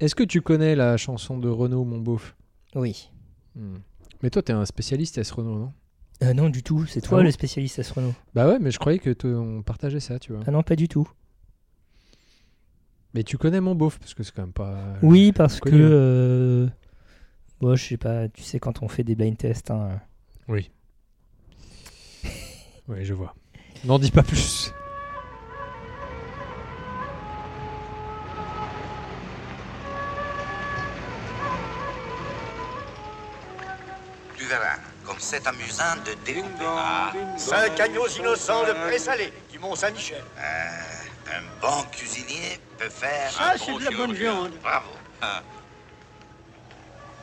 Est-ce que tu connais la chanson de Renaud, mon beauf Oui. Hmm. Mais toi, t'es un spécialiste S Renaud, non Euh, non, du tout. C'est toi Ah bon le spécialiste à ce Renault. Bah ouais, mais je croyais que te- on partageait ça, tu vois. Ah non, pas du tout. Mais tu connais mon beauf, parce que c'est quand même pas. Oui, parce que. connu, hein. euh, Bon, je sais pas, tu sais, quand on fait des blind tests. hein, Oui. oui, je vois. N'en dis pas plus. Duverin, comme c'est amusant de découper. Ah, Cinq agneaux innocents de présalé du Mont-Saint-Michel. Euh, un bon cuisinier peut faire Ah, un c'est bon de la bonne chirurgien. viande. Bravo.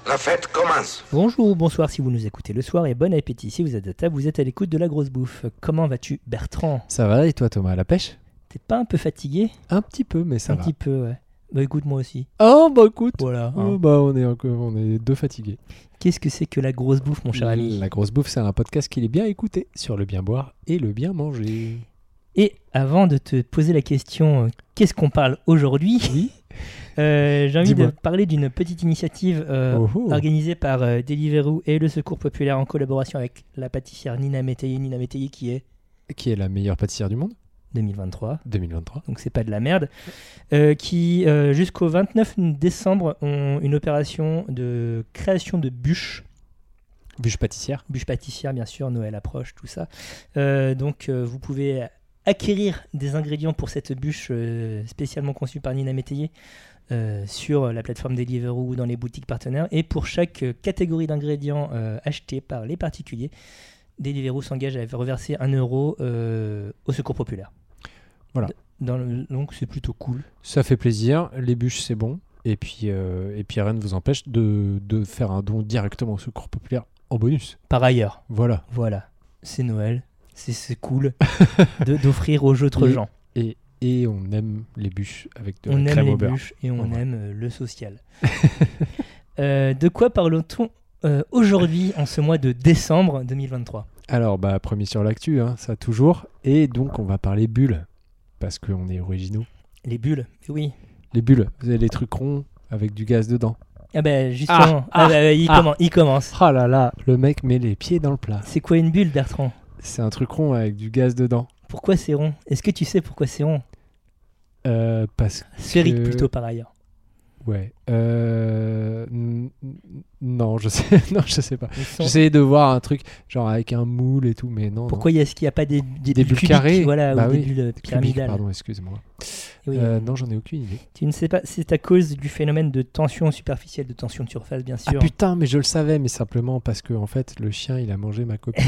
La fête commence. Bonjour, bonsoir si vous nous écoutez le soir et bon appétit si vous êtes à table, vous êtes à l'écoute de la grosse bouffe. Comment vas-tu Bertrand Ça va, et toi, Thomas, à la pêche T'es pas un peu fatigué Un petit peu, mais ça Un va. petit peu, ouais. Bah écoute moi aussi. Oh, bah écoute. Voilà. Oh, bah, on est, encore- on est deux fatigués. Qu'est-ce que c'est que la grosse bouffe mon cher ami La grosse bouffe, c'est un podcast qu'il est bien écouté sur le bien boire et le bien manger. Et avant de te poser la question euh, qu'est-ce qu'on parle aujourd'hui, Oui. euh, j'ai envie de Dis-moi. parler d'une petite initiative euh, Oh, oh. organisée par euh, Deliveroo et le Secours Populaire en collaboration avec la pâtissière Nina Métayer, Nina Métayer qui est Qui est la meilleure pâtissière du monde 2023. 2023. donc c'est pas de la merde, euh, qui euh, jusqu'au 29 décembre ont une opération de création de bûches, Bûche pâtissière. bûches pâtissières bien sûr, Noël approche, tout ça. Euh, donc euh, vous pouvez acquérir des ingrédients pour cette bûche euh, spécialement conçue par Nina Métayer euh, sur la plateforme Deliveroo ou dans les boutiques partenaires. Et pour chaque euh, catégorie d'ingrédients euh, achetés par les particuliers, Deliveroo s'engage à reverser un euro euh, au secours populaire. Voilà. Dans le- donc c'est plutôt cool. Ça fait plaisir. Les bûches, c'est bon. Et puis, euh, et puis rien ne vous empêche de, de faire un don directement au secours populaire en bonus. Par ailleurs, Voilà. voilà, c'est Noël, c'est- c'est cool de- d'offrir aux autres Oui, gens. Et on aime les bûches avec de la On crème aime les au beurre. bûches et on Voilà. aime euh, le social. Euh, de quoi parle-t-on euh, aujourd'hui en ce mois de décembre 2023 Alors, bah, premier sur l'actu, hein, ça toujours. Et donc, on va parler bulles. Parce qu'on est originaux. Les bulles, mais oui. Les bulles, vous avez les trucs ronds avec du gaz dedans. Ah ben justement, ah, ah, bah, il, ah. commen- il commence. Ah là là, le mec met les pieds dans le plat. C'est quoi une bulle, Bertrand C'est un truc rond avec du gaz dedans. Pourquoi c'est rond Est-ce que tu sais pourquoi c'est rond Euh, parce Sphérique Que- plutôt par ailleurs. Ouais. Euh... n- n- Non, je sais. non, je sais pas. Ils sont- J'essayais de voir un truc genre avec un moule et tout, mais non. non. Pourquoi y a- est-ce qu'il n'y a pas des, des, Des bulles cubiques, carrées voilà, Bah ou oui, des bulles euh, Cubique, pyramidales Pardon, excuse-moi. Oui, Euh, non, j'en ai aucune idée. Tu ne sais pas, c'est à cause du phénomène de tension superficielle, de tension de surface, bien Ah sûr. putain, mais je le savais, mais simplement parce que en fait le chien il a mangé ma copie.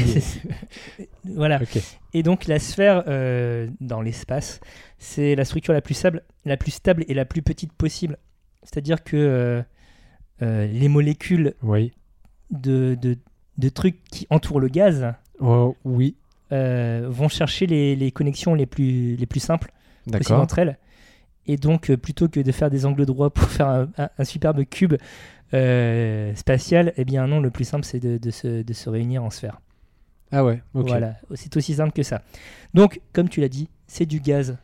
voilà. ok. Et donc la sphère euh, dans l'espace, c'est la structure la plus stable, la plus stable et la plus petite possible. C'est-à-dire que euh, euh, les molécules Oui. de, de- de trucs qui entourent le gaz Oh, oui. euh, vont chercher les, les connexions les plus, les plus simples possibles D'accord. entre elles. Et donc euh, plutôt que de faire des angles droits pour faire un, un- un superbe cube euh, spatial, eh bien non, le plus simple c'est de- de se- de se réunir en sphère. Ah ouais. Ok. Voilà, c'est aussi simple que ça. Donc, comme tu l'as dit, c'est du gaz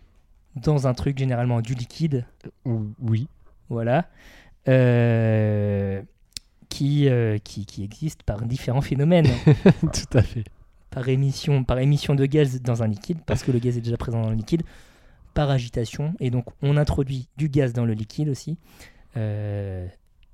dans un truc généralement du liquide, Ou- Oui. voilà, euh, qui, euh, qui, qui existe par différents phénomènes, Tout à fait. par émission, par émission de gaz dans un liquide, parce que le gaz est déjà présent dans le liquide, par agitation, et donc on introduit du gaz dans le liquide aussi. euh,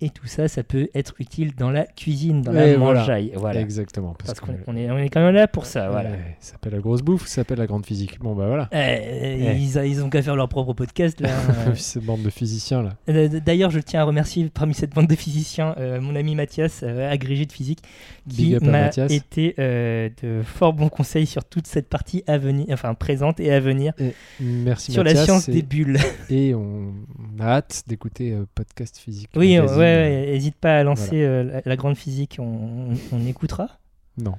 et tout ça, ça peut être utile dans la cuisine, dans Et la voilà. mangeaille. Voilà. Exactement. Parce, Parce que qu'on on est, on est quand même là pour ça. Voilà. Ouais, ça s'appelle la grosse bouffe, ça s'appelle la grande physique. Bon bah voilà. Eh, eh, Ils, a- ils ont qu'à faire leur propre podcast là. Cette bande de physiciens là. Euh, D'ailleurs, je tiens à remercier parmi cette bande de physiciens euh, mon ami Mathias, euh, agrégé de physique, Big qui up à m'a Mathias. été euh, de fort bons conseils sur toute cette partie à venir, enfin présente et à venir, Merci sur la Mathias, science et- des bulles. Et on a hâte d'écouter euh, Podcast Physique. oui, ouais, Magazine. ouais, n'hésite pas à lancer euh, la, la grande physique, on, on- on écoutera. Non.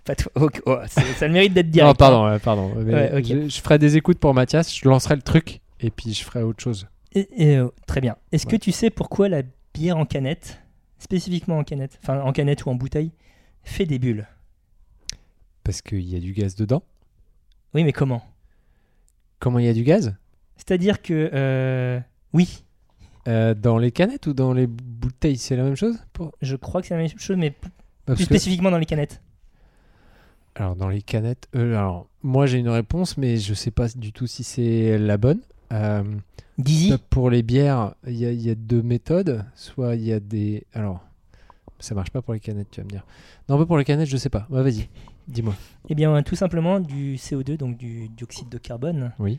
Pas toi. Ok, oh, c'est- ça a le mérite d'être direct. hein. Non, pardon, ouais, pardon. Mais Ouais, ok. je, je ferai des écoutes pour Mathias, je lancerai le truc et puis je ferai autre chose. Et- et, euh, très bien. Est-ce Ouais. que tu sais pourquoi la bière en canette, spécifiquement en canette, enfin en canette ou en bouteille, fait des bulles Parce qu'il y a du gaz dedans. Oui, mais comment Comment il y a du gaz C'est-à-dire que. euh, oui, Euh, dans les canettes ou dans les bouteilles, c'est la même chose pour... je crois que c'est la même chose, mais plus Parce que- spécifiquement dans les canettes. Alors, dans les canettes, euh, alors, moi j'ai une réponse, mais je sais pas du tout si c'est la bonne. Euh, Dizzy pour les bières, il y, a- il y a deux méthodes. Soit il y a des. Alors, ça marche pas pour les canettes, tu vas me dire. Non, pas pour les canettes, je sais pas. Ouais, vas-y, dis-moi. Eh bien, tout simplement du CO2, donc du dioxyde de carbone, Oui.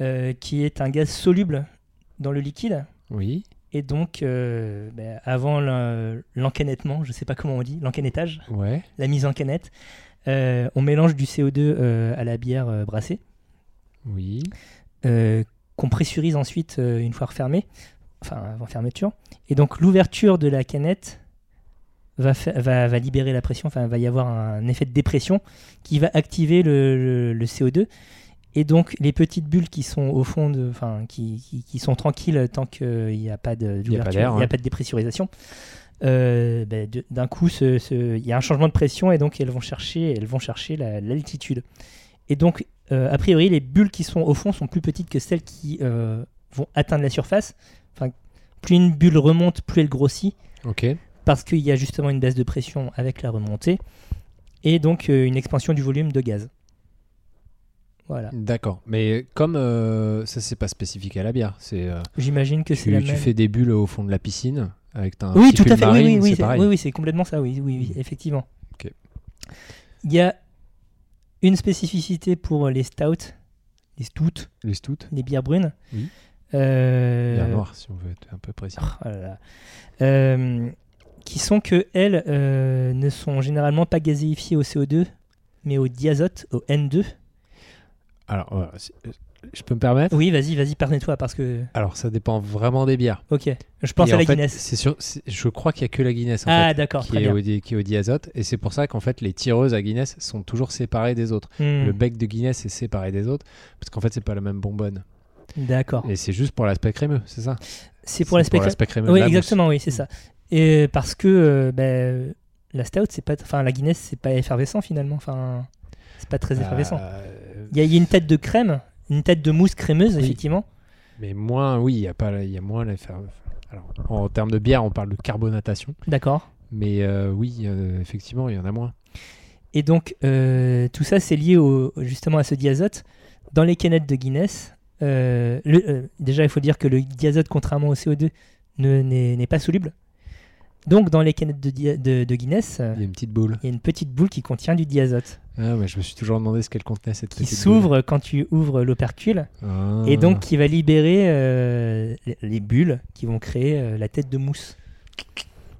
euh, qui est un gaz soluble dans le liquide. Oui, Et donc, euh, ben, avant l'en- l'encanettement, je sais pas comment on dit, l'encanettage, ouais, la mise en canette, euh, on mélange du CO2 euh, à la bière euh, brassée, oui. euh, qu'on pressurise ensuite euh, une fois refermée, enfin avant fermeture. Et donc, l'ouverture de la canette va, fa- va, va libérer la pression, enfin, va y avoir un effet de dépression qui va activer le, le- le CO2. Et donc, les petites bulles qui sont au fond, de, enfin, qui, qui- qui sont tranquilles tant qu'il n'y a pas de- Il y a pas d'ouverture, d'air, il n'y a hein. pas de dépressurisation, euh, ben, de- d'un coup, ce- ce- il y a un changement de pression et donc elles vont chercher, elles vont chercher la- l'altitude. et donc, euh, a priori, les bulles qui sont au fond sont plus petites que celles qui euh, vont atteindre la surface. Enfin, plus une bulle remonte, plus elle grossit Ok. parce qu'il y a justement une baisse de pression avec la remontée et donc euh, une expansion du volume de gaz. Voilà. D'accord. Mais comme euh, ça, c'est pas spécifique à la bière. C'est euh, J'imagine que c'est tu, la tu même. fais des bulles au fond de la piscine avec ta. oui, petite tout à huile marine, fait. Oui, oui, oui, c'est c'est- pareil. Mm. oui, oui, c'est complètement ça. Oui, oui, oui, effectivement. Ok. Il y a une spécificité pour les stouts, les stouts, Les stouts, les bières brunes. Oui. Euh, bière noire, si on veut être un peu précis. Oh là là. Euh, qui sont que elles euh, ne sont généralement pas gazéifiées au CO2, mais au diazote, au N2. Alors, voilà, c'est- euh, je peux me permettre Oui, vas-y, vas-y, pardonne-toi parce que. Alors, ça dépend vraiment des bières. Ok, je pense Et à en la fait, Guinness. c'est sûr- c'est- je crois qu'il y a que la Guinness en Ah, fait, d'accord, qui très est, bien. au, di- qui est au diazote, et c'est pour ça qu'en fait les tireuses à Guinness sont toujours séparées des autres. Hmm, Le bec de Guinness est séparé des autres parce qu'en fait c'est pas la même bonbonne. D'accord. Et c'est juste pour l'aspect crémeux, c'est ça Oh. C'est pour l'aspect. crémeux. de Oui, la mousse. exactement, Mm. oui, c'est ça. Et parce que euh, ben, la stout, c'est pas. Enfin, la Guinness, c'est pas effervescent finalement. Enfin, c'est pas très effervescent. Euh, Il y, a- il y a une tête de crème, une tête de mousse crémeuse, Oui. effectivement. mais moins, oui, il y a pas, il y a moins l'affaire. Alors, en termes de bière, on parle de carbonatation, D'accord. mais euh, oui, euh, effectivement, il y en a moins. Et donc, euh, tout ça, c'est lié au- justement à ce diazote. Dans les canettes de Guinness, euh, le- euh, déjà, il faut dire que le diazote, contrairement au CO2, ne- n'est n'est pas soluble. Donc, dans les canettes de, dia- de- de Guinness, euh, Il y a une petite boule. il y a une petite boule qui contient du diazote, Ah, mais je me suis toujours demandé ce qu'elle contenait cette qui petite s'ouvre quand tu ouvres l'opercule, boule. Ah. et donc qui va libérer euh, les- les bulles qui vont créer euh, la tête de mousse.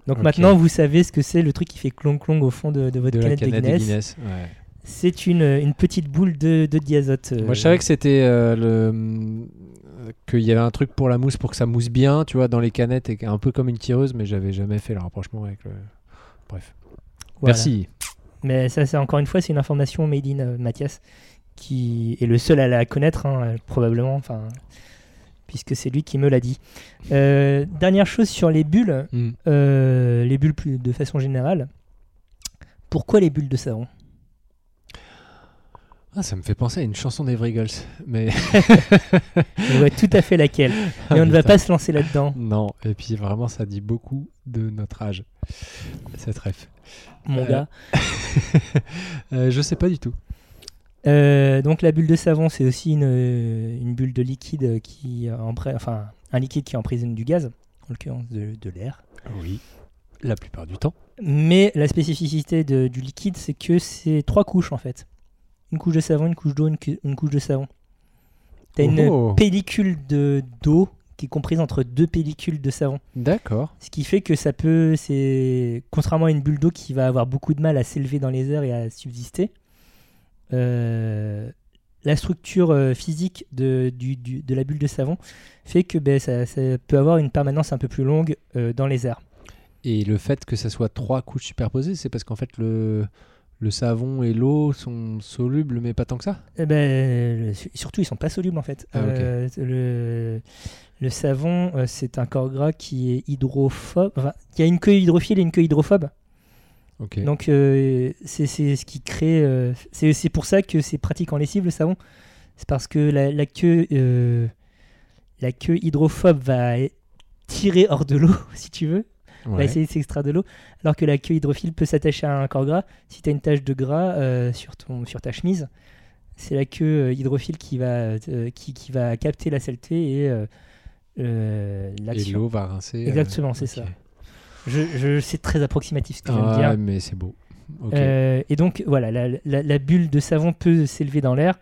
Donc Ok. maintenant, vous savez ce que c'est le truc qui fait clong-clong au fond de, de votre de la canette, canette de de Guinness. Guinness. ouais. C'est une, euh, une petite boule de, de diazote. euh, Moi, je savais que c'était euh, le euh, qu'il y avait un truc pour la mousse pour que ça mousse bien, tu vois, dans les canettes, et qu'un peu comme une tireuse, mais j'avais jamais fait le rapprochement avec le. Bref. voilà. Merci. Mais ça, c'est encore une fois, c'est une information made in euh, Mathias, qui est le seul à la connaître, hein, euh, probablement, enfin, puisque c'est lui qui me l'a dit. Euh, dernière chose sur les bulles, Mm. euh, les bulles plus de façon générale. Pourquoi les bulles de savon Ah, ça me fait penser à une chanson des Vrigals, mais Je vois tout à fait laquelle, mais on Ah, ne va pas se lancer là-dedans. non. Et puis vraiment, ça dit beaucoup de notre âge. Cette ref. mon Euh. gars. Euh, je sais pas du tout. Euh, donc la bulle de savon, c'est aussi une, euh, une bulle de liquide qui empre- enfin un liquide qui emprisonne du gaz, en l'occurrence de, de l'air. Oui. La plupart du temps. Mais la spécificité de- du liquide, c'est que c'est trois couches en fait. Une couche de savon, une couche d'eau, une, cu- une couche de savon. T'as une Oh, pellicule de d'eau qui est comprise entre deux pellicules de savon. D'accord. Ce qui fait que ça peut, c'est contrairement à une bulle d'eau qui va avoir beaucoup de mal à s'élever dans les airs et à subsister, euh, la structure euh, physique de, du- du- de la bulle de savon fait que ben, ça, ça peut avoir une permanence un peu plus longue euh, dans les airs. Et le fait que ça soit trois couches superposées, c'est parce qu'en fait le le savon et l'eau sont solubles, mais pas tant que ça. Eh ben, le- su- surtout, ils sont pas solubles en fait. Ah, ok. Euh, le, le savon, euh, c'est un corps gras qui est hydrophobe. Enfin, il y a une queue hydrophile et une queue hydrophobe. Ok. Donc euh, c'est c'est ce qui crée. euh, c'est c'est pour ça que c'est pratique en lessive le savon. C'est parce que la, la queue euh, la queue hydrophobe va tirer hors de l'eau, si tu veux, va Ouais. essayer de s'extraire de l'eau, alors que la queue hydrophile peut s'attacher à un corps gras. Si tu as une tache de gras euh, sur, ton, sur ta chemise, c'est la queue euh, hydrophile qui va, euh, qui, qui va capter la saleté et euh, euh, Et l'action. l'eau va rincer. euh, Exactement, c'est ok. ça. Je, je- c'est très approximatif ce que je viens de dire. Ah, mais c'est beau. Ok. Euh, et donc, voilà, la, la- la bulle de savon peut s'élever dans l'air.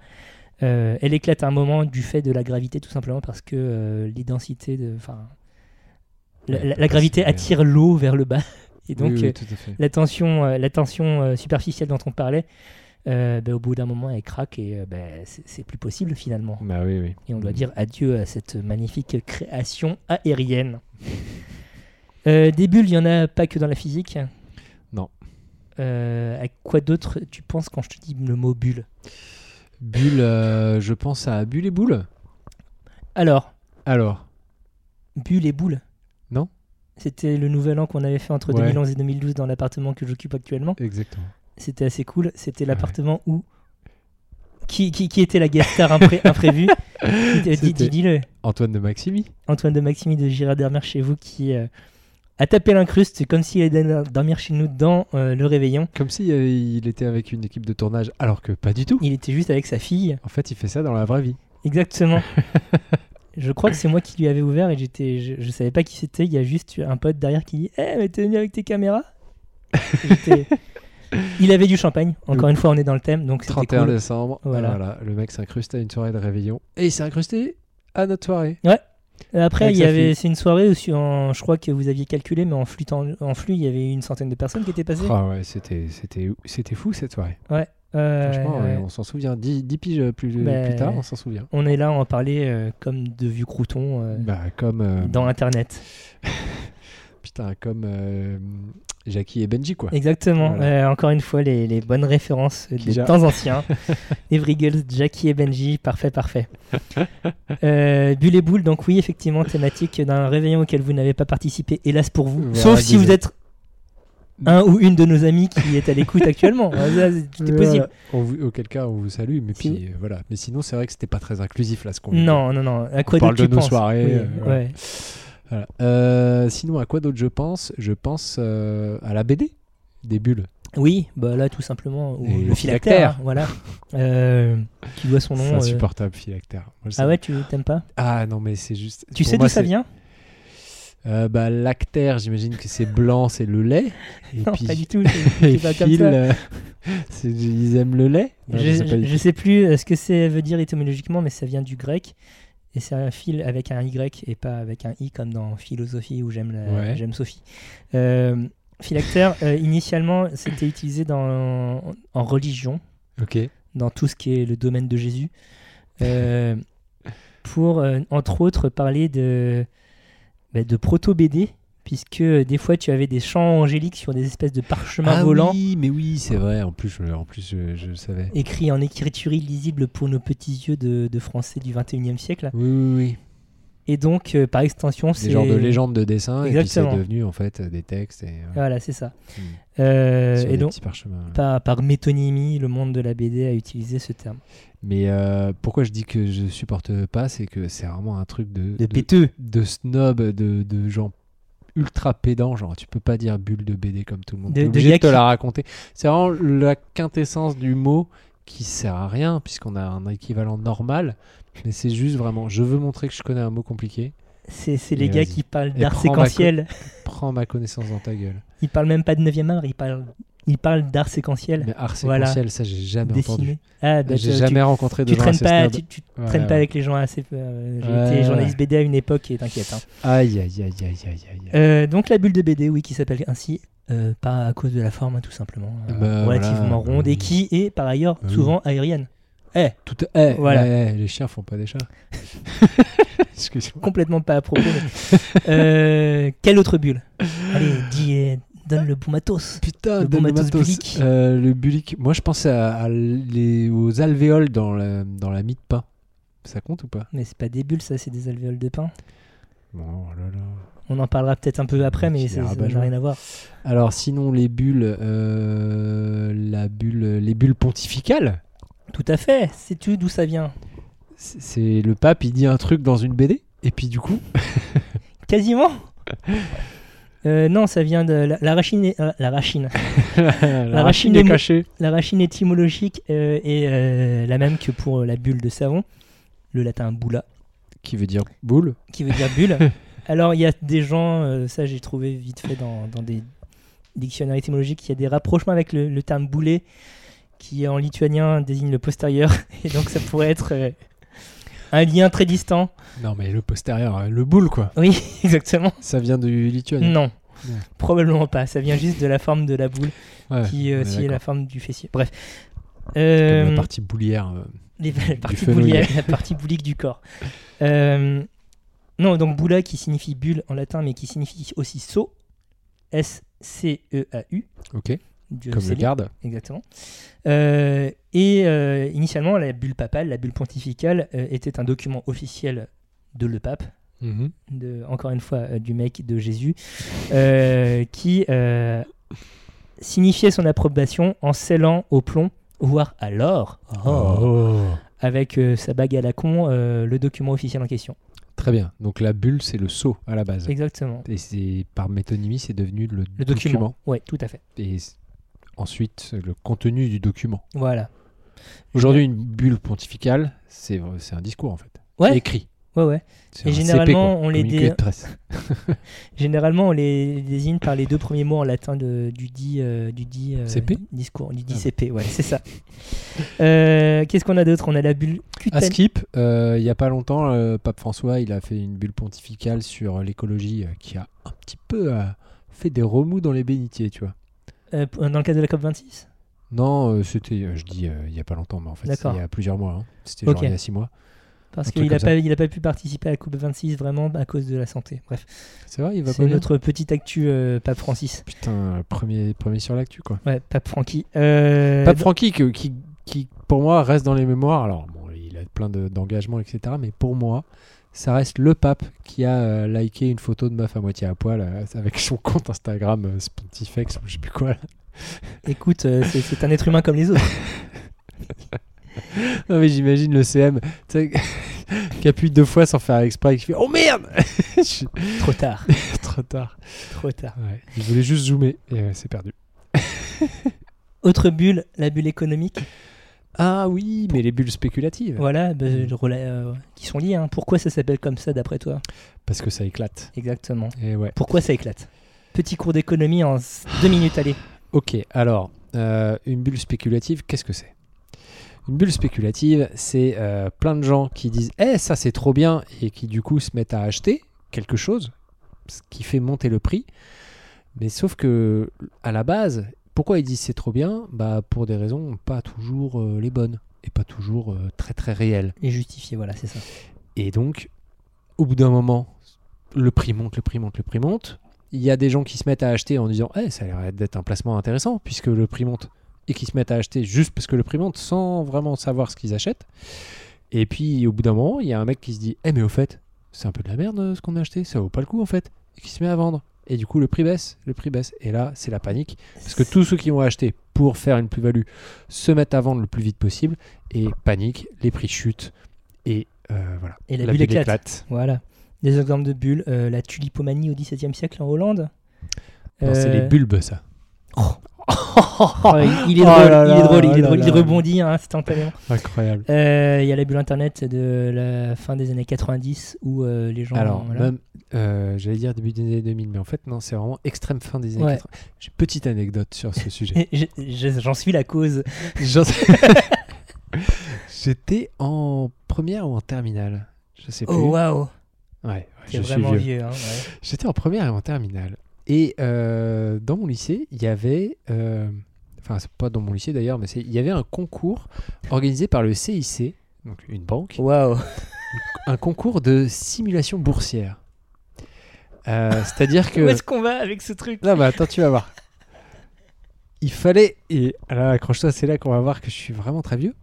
Euh, elle éclate à un moment du fait de la gravité, tout simplement parce que euh, l'identité de. Enfin. La, Ouais, la- elle peut la gravité passer, attire l'eau vers le bas. Et donc, oui, oui, euh, tout à fait. la tension, euh, la tension euh, superficielle dont on parlait, euh, ben, au bout d'un moment, elle craque et euh, ben, c'est c'est plus possible finalement. Bah oui, oui. Et on doit Mm. dire adieu à cette magnifique création aérienne. Euh, des bulles, il n'y en a pas que dans la physique. Non. Euh, à quoi d'autre tu penses quand je te dis le mot bulle Bulle, euh, je pense à Bulle et Boule. Alors, Alors, bulle et boule Non. C'était le nouvel an qu'on avait fait entre Ouais. 2011 et 2012 dans l'appartement que j'occupe actuellement. exactement. C'était assez cool. C'était Ouais. l'appartement où. Qui, qui, qui était la guest star impré- imprévue Dis- dis- C'était- Dis-le. Antoine de Maximi. Antoine de Maximi de Girard Dermer chez vous qui euh, a tapé l'incruste comme s'il allait dormir- dormir chez nous dans euh, le réveillon. Comme si euh, il était avec une équipe de tournage, alors que pas du tout. Il était juste avec sa fille. En fait, il fait ça dans la vraie vie. Exactement. je crois que c'est moi qui lui avais ouvert et j'étais, je, je savais pas qui c'était. Il y a juste un pote derrière qui dit Eh, mais t'es venu avec tes caméras J'étais- Il avait du champagne. Encore une fois, on est dans le thème. Donc c'était 31 cool. décembre. ah Voilà. Voilà. Le mec s'incruste à une soirée de réveillon. Et il s'est incrusté à notre soirée. Et Après, Avec il y sa avait, fille. c'est une soirée où sur- en- je crois que vous aviez calculé, mais en flux, temps- en flux, il y avait une centaine de personnes qui étaient passées. Ah ouais, c'était, c'était, c'était fou cette soirée. Euh, Franchement, ouais, on s'en souvient. 10, piges plus, Mais- plus tard, on s'en souvient. on est là, on en parlait euh, comme de vieux croutons euh, Bah, comme. euh, dans Internet. Putain, comme euh, Jackie et Benji, quoi. Exactement. Voilà. Euh, encore une fois, les, les bonnes références des Déjà. temps anciens. les Vrigels, Jackie et Benji, parfait, parfait. euh, Bulle et boule, donc oui, effectivement, thématique d'un réveillon auquel vous n'avez pas participé, hélas pour vous. Voilà, Sauf si désolé. vous êtes un ou une de nos amis qui est à l'écoute actuellement. Ah, Ça, c'est tout est Voilà. possible. On vous- auquel cas, on vous salue. Mais Si- puis, euh, voilà. Mais sinon, c'est vrai que c'était pas très inclusif, là, ce qu'on Non, non, non. À quoi parle d'autre de tu nos penses soirées, Oui, euh, voilà. ouais. Voilà. Euh, sinon, à quoi d'autre je pense Je pense euh, à la BD des bulles. Oui, bah là tout simplement ou Et le le phylactère, phylactère. hein, voilà, Euh, qui doit son C'est nom. euh. insupportable, phylactère. Moi, je Ah sais- ouais, tu t'aimes pas Ah non, mais c'est juste. Tu pour sais moi, d'où ça c'est- vient Euh, bah, Lactaire, j'imagine que c'est blanc, c'est le lait. Et Non, puis, pas du tout. c'est- et c'est pas comme fil, ça. euh, c'est- ils aiment le lait Non, je, sais pas je- du je sais plus euh, ce que ça veut dire étymologiquement, mais ça vient du grec. Et c'est un fil avec un Y et pas avec un I comme dans philosophie où j'aime la- Ouais. j'aime Sophie. Euh, phylactère, euh, initialement, c'était utilisé dans, en religion, tout. Ok. dans tout ce qui est le domaine de Jésus, euh, pour euh, entre autres parler de, bah, de proto-BD, puisque euh, des fois tu avais des chants angéliques sur des espèces de parchemins Ah volants. oui, mais oui, c'est vrai. En plus, je, en plus, je, je le savais. écrits en écriture illisible pour nos petits yeux de, de français du 21e siècle. Oui, oui, oui. Et donc, euh, par extension, c'est. Des genres de légendes de dessin. Et Exactement. puis, c'est devenu, en fait, des textes. Et, euh, Voilà, c'est ça. Mm. Euh, sur et des donc, petits parchemins. ouais. par, par métonymie, le monde de la BD a utilisé ce terme. Mais euh, pourquoi je dis que je supporte pas, c'est que c'est vraiment un truc de, De de, péteux. de snob, de, de gens ultra pédants. Genre, tu peux pas dire bulle de BD comme tout le monde. De- T'es de obligé gars de te qui- la raconter. C'est vraiment la quintessence du mot qui sert à rien, puisqu'on a un équivalent normal. Mais c'est juste vraiment, je veux montrer que je connais un mot compliqué. C'est c'est les Et gars vas-y. qui parlent Et d'art prends ma séquentiel. Prends ma connaissance dans ta gueule. Ils parlent même pas de 9e art, ils parlent, ils parlent d'art séquentiel. Mais art Voilà. séquentiel, ça, j'ai jamais entendu. Dessiné. Ah, bah, J'ai tu- jamais rencontré de Tu, tu gens traînes assez pas, snobs. tu, tu Ouais, traînes pas ouais. avec les gens assez. euh, J'ai Ouais, été ouais. journaliste BD à une époque et t'inquiète. hein. Aïe, aïe, aïe, aïe, aïe, aïe. Euh, donc la bulle de BD, oui, qui s'appelle ainsi, euh, pas à cause de la forme, hein, tout simplement, euh, Bah, relativement voilà. ronde et qui est par ailleurs Bah oui. souvent aérienne, Tout, eh, Voilà. eh, eh, les chiens font pas des chats. Excuse-moi. complètement pas à propos. mais- Euh, quelle autre bulle Allez, dis, euh, donne le bon matos. Putain, Le bon donne matos Bulik. Euh, le bulic. Moi, je pensais à, à les, aux alvéoles dans la, dans la mie de pain. Ça compte ou pas Mais c'est pas des bulles, ça, c'est des alvéoles de pain. Bon, oh là là. On en parlera peut-être un peu après, mais Qui ça est ça n'a rabat-joie. rien à voir. Alors, sinon, les bulles, euh, la bulle, les bulles pontificales. Tout à fait. Sais-tu d'où ça vient C'est- C'est le pape, il dit un truc dans une BD. Et puis du coup, Quasiment Euh, Non, ça vient de la, la racine. est- euh, La racine. la, La rachine rachine est est mou- cachée. La racine étymologique euh, est euh, la même que pour la bulle de savon, le latin bula, Qui veut dire boule. qui veut dire bulle. Alors, il y a des gens, euh, ça j'ai trouvé vite fait dans, dans des dictionnaires étymologiques, il y a des rapprochements avec le, le terme boulet, qui en lituanien désigne le postérieur, et donc ça pourrait être euh, un lien très distant. Non mais le postérieur, euh, le boule quoi. Oui, exactement. Ça vient du Lituanie. Non. Non. Probablement pas, ça vient juste de la forme de la boule Ouais, qui on euh, est aussi est la d'accord. forme du fessier. Bref. Comme Euh, La partie boulière. euh, les, la, partie fenouil. boulière- la partie boulique du corps. Euh, non, donc boula qui signifie bulle en latin, mais qui signifie aussi sceau. S-C-E-A-U. ok. E Dieu Comme sait le lire, garde. Exactement. Euh, et euh, initialement, la bulle papale, la bulle pontificale, euh, était un document officiel de le pape, Mhm. de, encore une fois euh, du mec de Jésus, euh, qui euh, signifiait son approbation en scellant au plomb, voire à l'or, Oh. Ah. avec euh, sa bague à la con, euh, le document officiel en question. Très bien. Donc la bulle, c'est le sceau à la base. Exactement. Et c'est par métonymie, c'est devenu le, Le document. Oui, tout à fait. Et c- ensuite, le contenu du document. Voilà. Aujourd'hui, une bulle pontificale, c'est c'est un discours en fait. Ouais. Écrit. Ouais, ouais. C'est Et un CP, généralement, quoi, on les communiqué dé- de presse. Généralement, on les désigne par les deux premiers mots en latin de- du dit, euh, du dit euh, CP? discours, du dit Ah. CP. Ouais, c'est ça. Euh, Qu'est-ce qu'on a d'autre On a la bulle À cutanée. Skip, euh, il y a pas longtemps, euh, pape François, il a fait une bulle pontificale sur l'écologie euh, qui a un petit peu euh, fait des remous dans les bénitiers, tu vois. Euh, p- dans le cadre de la COP26 Non, euh, c'était, euh, je dis, euh, il y a pas longtemps, mais en fait, c'est D'accord. il y a plusieurs mois. hein. C'était Ok. genre il y a six mois. Parce Un truc qu'il n'a comme ça. pas, il a pas pu participer à la COP26 vraiment à cause de la santé. Bref, C'est vrai, il va pas c'est bien. notre petite actu, euh, Pape Francis. Putain, euh, premier, premier sur l'actu, quoi. Ouais, Pape Francky. Euh, Pape Francky, que- qui, qui, pour moi, reste dans les mémoires. Alors, bon, il a plein de- d'engagements, etc. Mais pour moi, ça reste le pape qui a euh, liké une photo de meuf à moitié à poil euh, avec son compte Instagram euh, Spontifex ou je sais plus quoi. là. Écoute, euh, c'est- c'est un être humain comme les autres. Non, mais j'imagine le CM tu sais, qui appuie deux fois sans faire exprès et qui fait Oh merde Je suis Trop tard, Trop tard. trop tard. Ouais, il voulait juste zoomer et euh, c'est perdu. Autre bulle, la bulle économique. Ah oui, mais les bulles spéculatives. Voilà, bah, Mm. le relais, euh, qui sont liés. hein. Pourquoi ça s'appelle comme ça d'après toi Parce que ça éclate. Exactement. Et ouais. Pourquoi ça éclate Petit cours d'économie en s- deux minutes, allez. Ok, alors, euh, une bulle spéculative, qu'est-ce que c'est Une bulle spéculative, c'est euh, plein de gens qui disent Eh, ça c'est trop bien et qui du coup se mettent à acheter quelque chose, ce qui fait monter le prix. Mais sauf que, à la base, pourquoi ils disent c'est trop bien Bah, pour des raisons pas toujours euh, les bonnes et pas toujours euh, très très réelles. Et justifier, voilà, c'est ça. Et donc, au bout d'un moment, le prix monte, le prix monte, le prix monte. Il y a des gens qui se mettent à acheter en disant Eh, ça a l'air d'être un placement intéressant puisque le prix monte. Et qui se mettent à acheter juste parce que le prix monte sans vraiment savoir ce qu'ils achètent. Et puis, au bout d'un moment, il y a un mec qui se dit Eh, mais au fait, c'est un peu de la merde euh, ce qu'on a acheté, ça vaut pas le coup en fait. Et qui se met à vendre. Et du coup, le prix baisse, le prix baisse. Et là, c'est la panique. Parce que tous ceux qui ont acheté pour faire une plus-value se mettent à vendre le plus vite possible et panique, les prix chutent et euh, voilà. Et la bulle éclate. Voilà. Des exemples de bulles. euh, la tulipomanie au XVIIe siècle en Hollande. Non, C'est Euh, les bulbes, ça. oh, il- il est Oh drôle, là il est là, drôle, oh il est là drôle, il là. rebondit hein, instantanément. Incroyable. Euh, Il y a la bulle internet de la fin des années 90 où euh, les gens. Alors, voilà. même, euh, j'allais dire début des années 2000, mais en fait, non, c'est vraiment extrême fin des années Ouais. 80. J'ai une petite anecdote sur ce sujet. Et je- je- J'en suis la cause. J'en- J'étais en première ou en terminale Je sais plus. Oh waouh, Ouais, ouais, t'es je suis vraiment vieux. vieux. hein, ouais. J'étais en première et en terminale. Et euh, dans mon lycée, il y avait. euh, Enfin, c'est pas dans mon lycée d'ailleurs, mais c'est- il y avait un concours organisé par le CIC, donc une banque, Waouh. un concours de simulation boursière. Euh, C'est-à-dire Où que. est-ce qu'on va avec ce truc Non, mais attends, tu vas voir. Il fallait. Et alors, accroche-toi, c'est là qu'on va voir que je suis vraiment très vieux.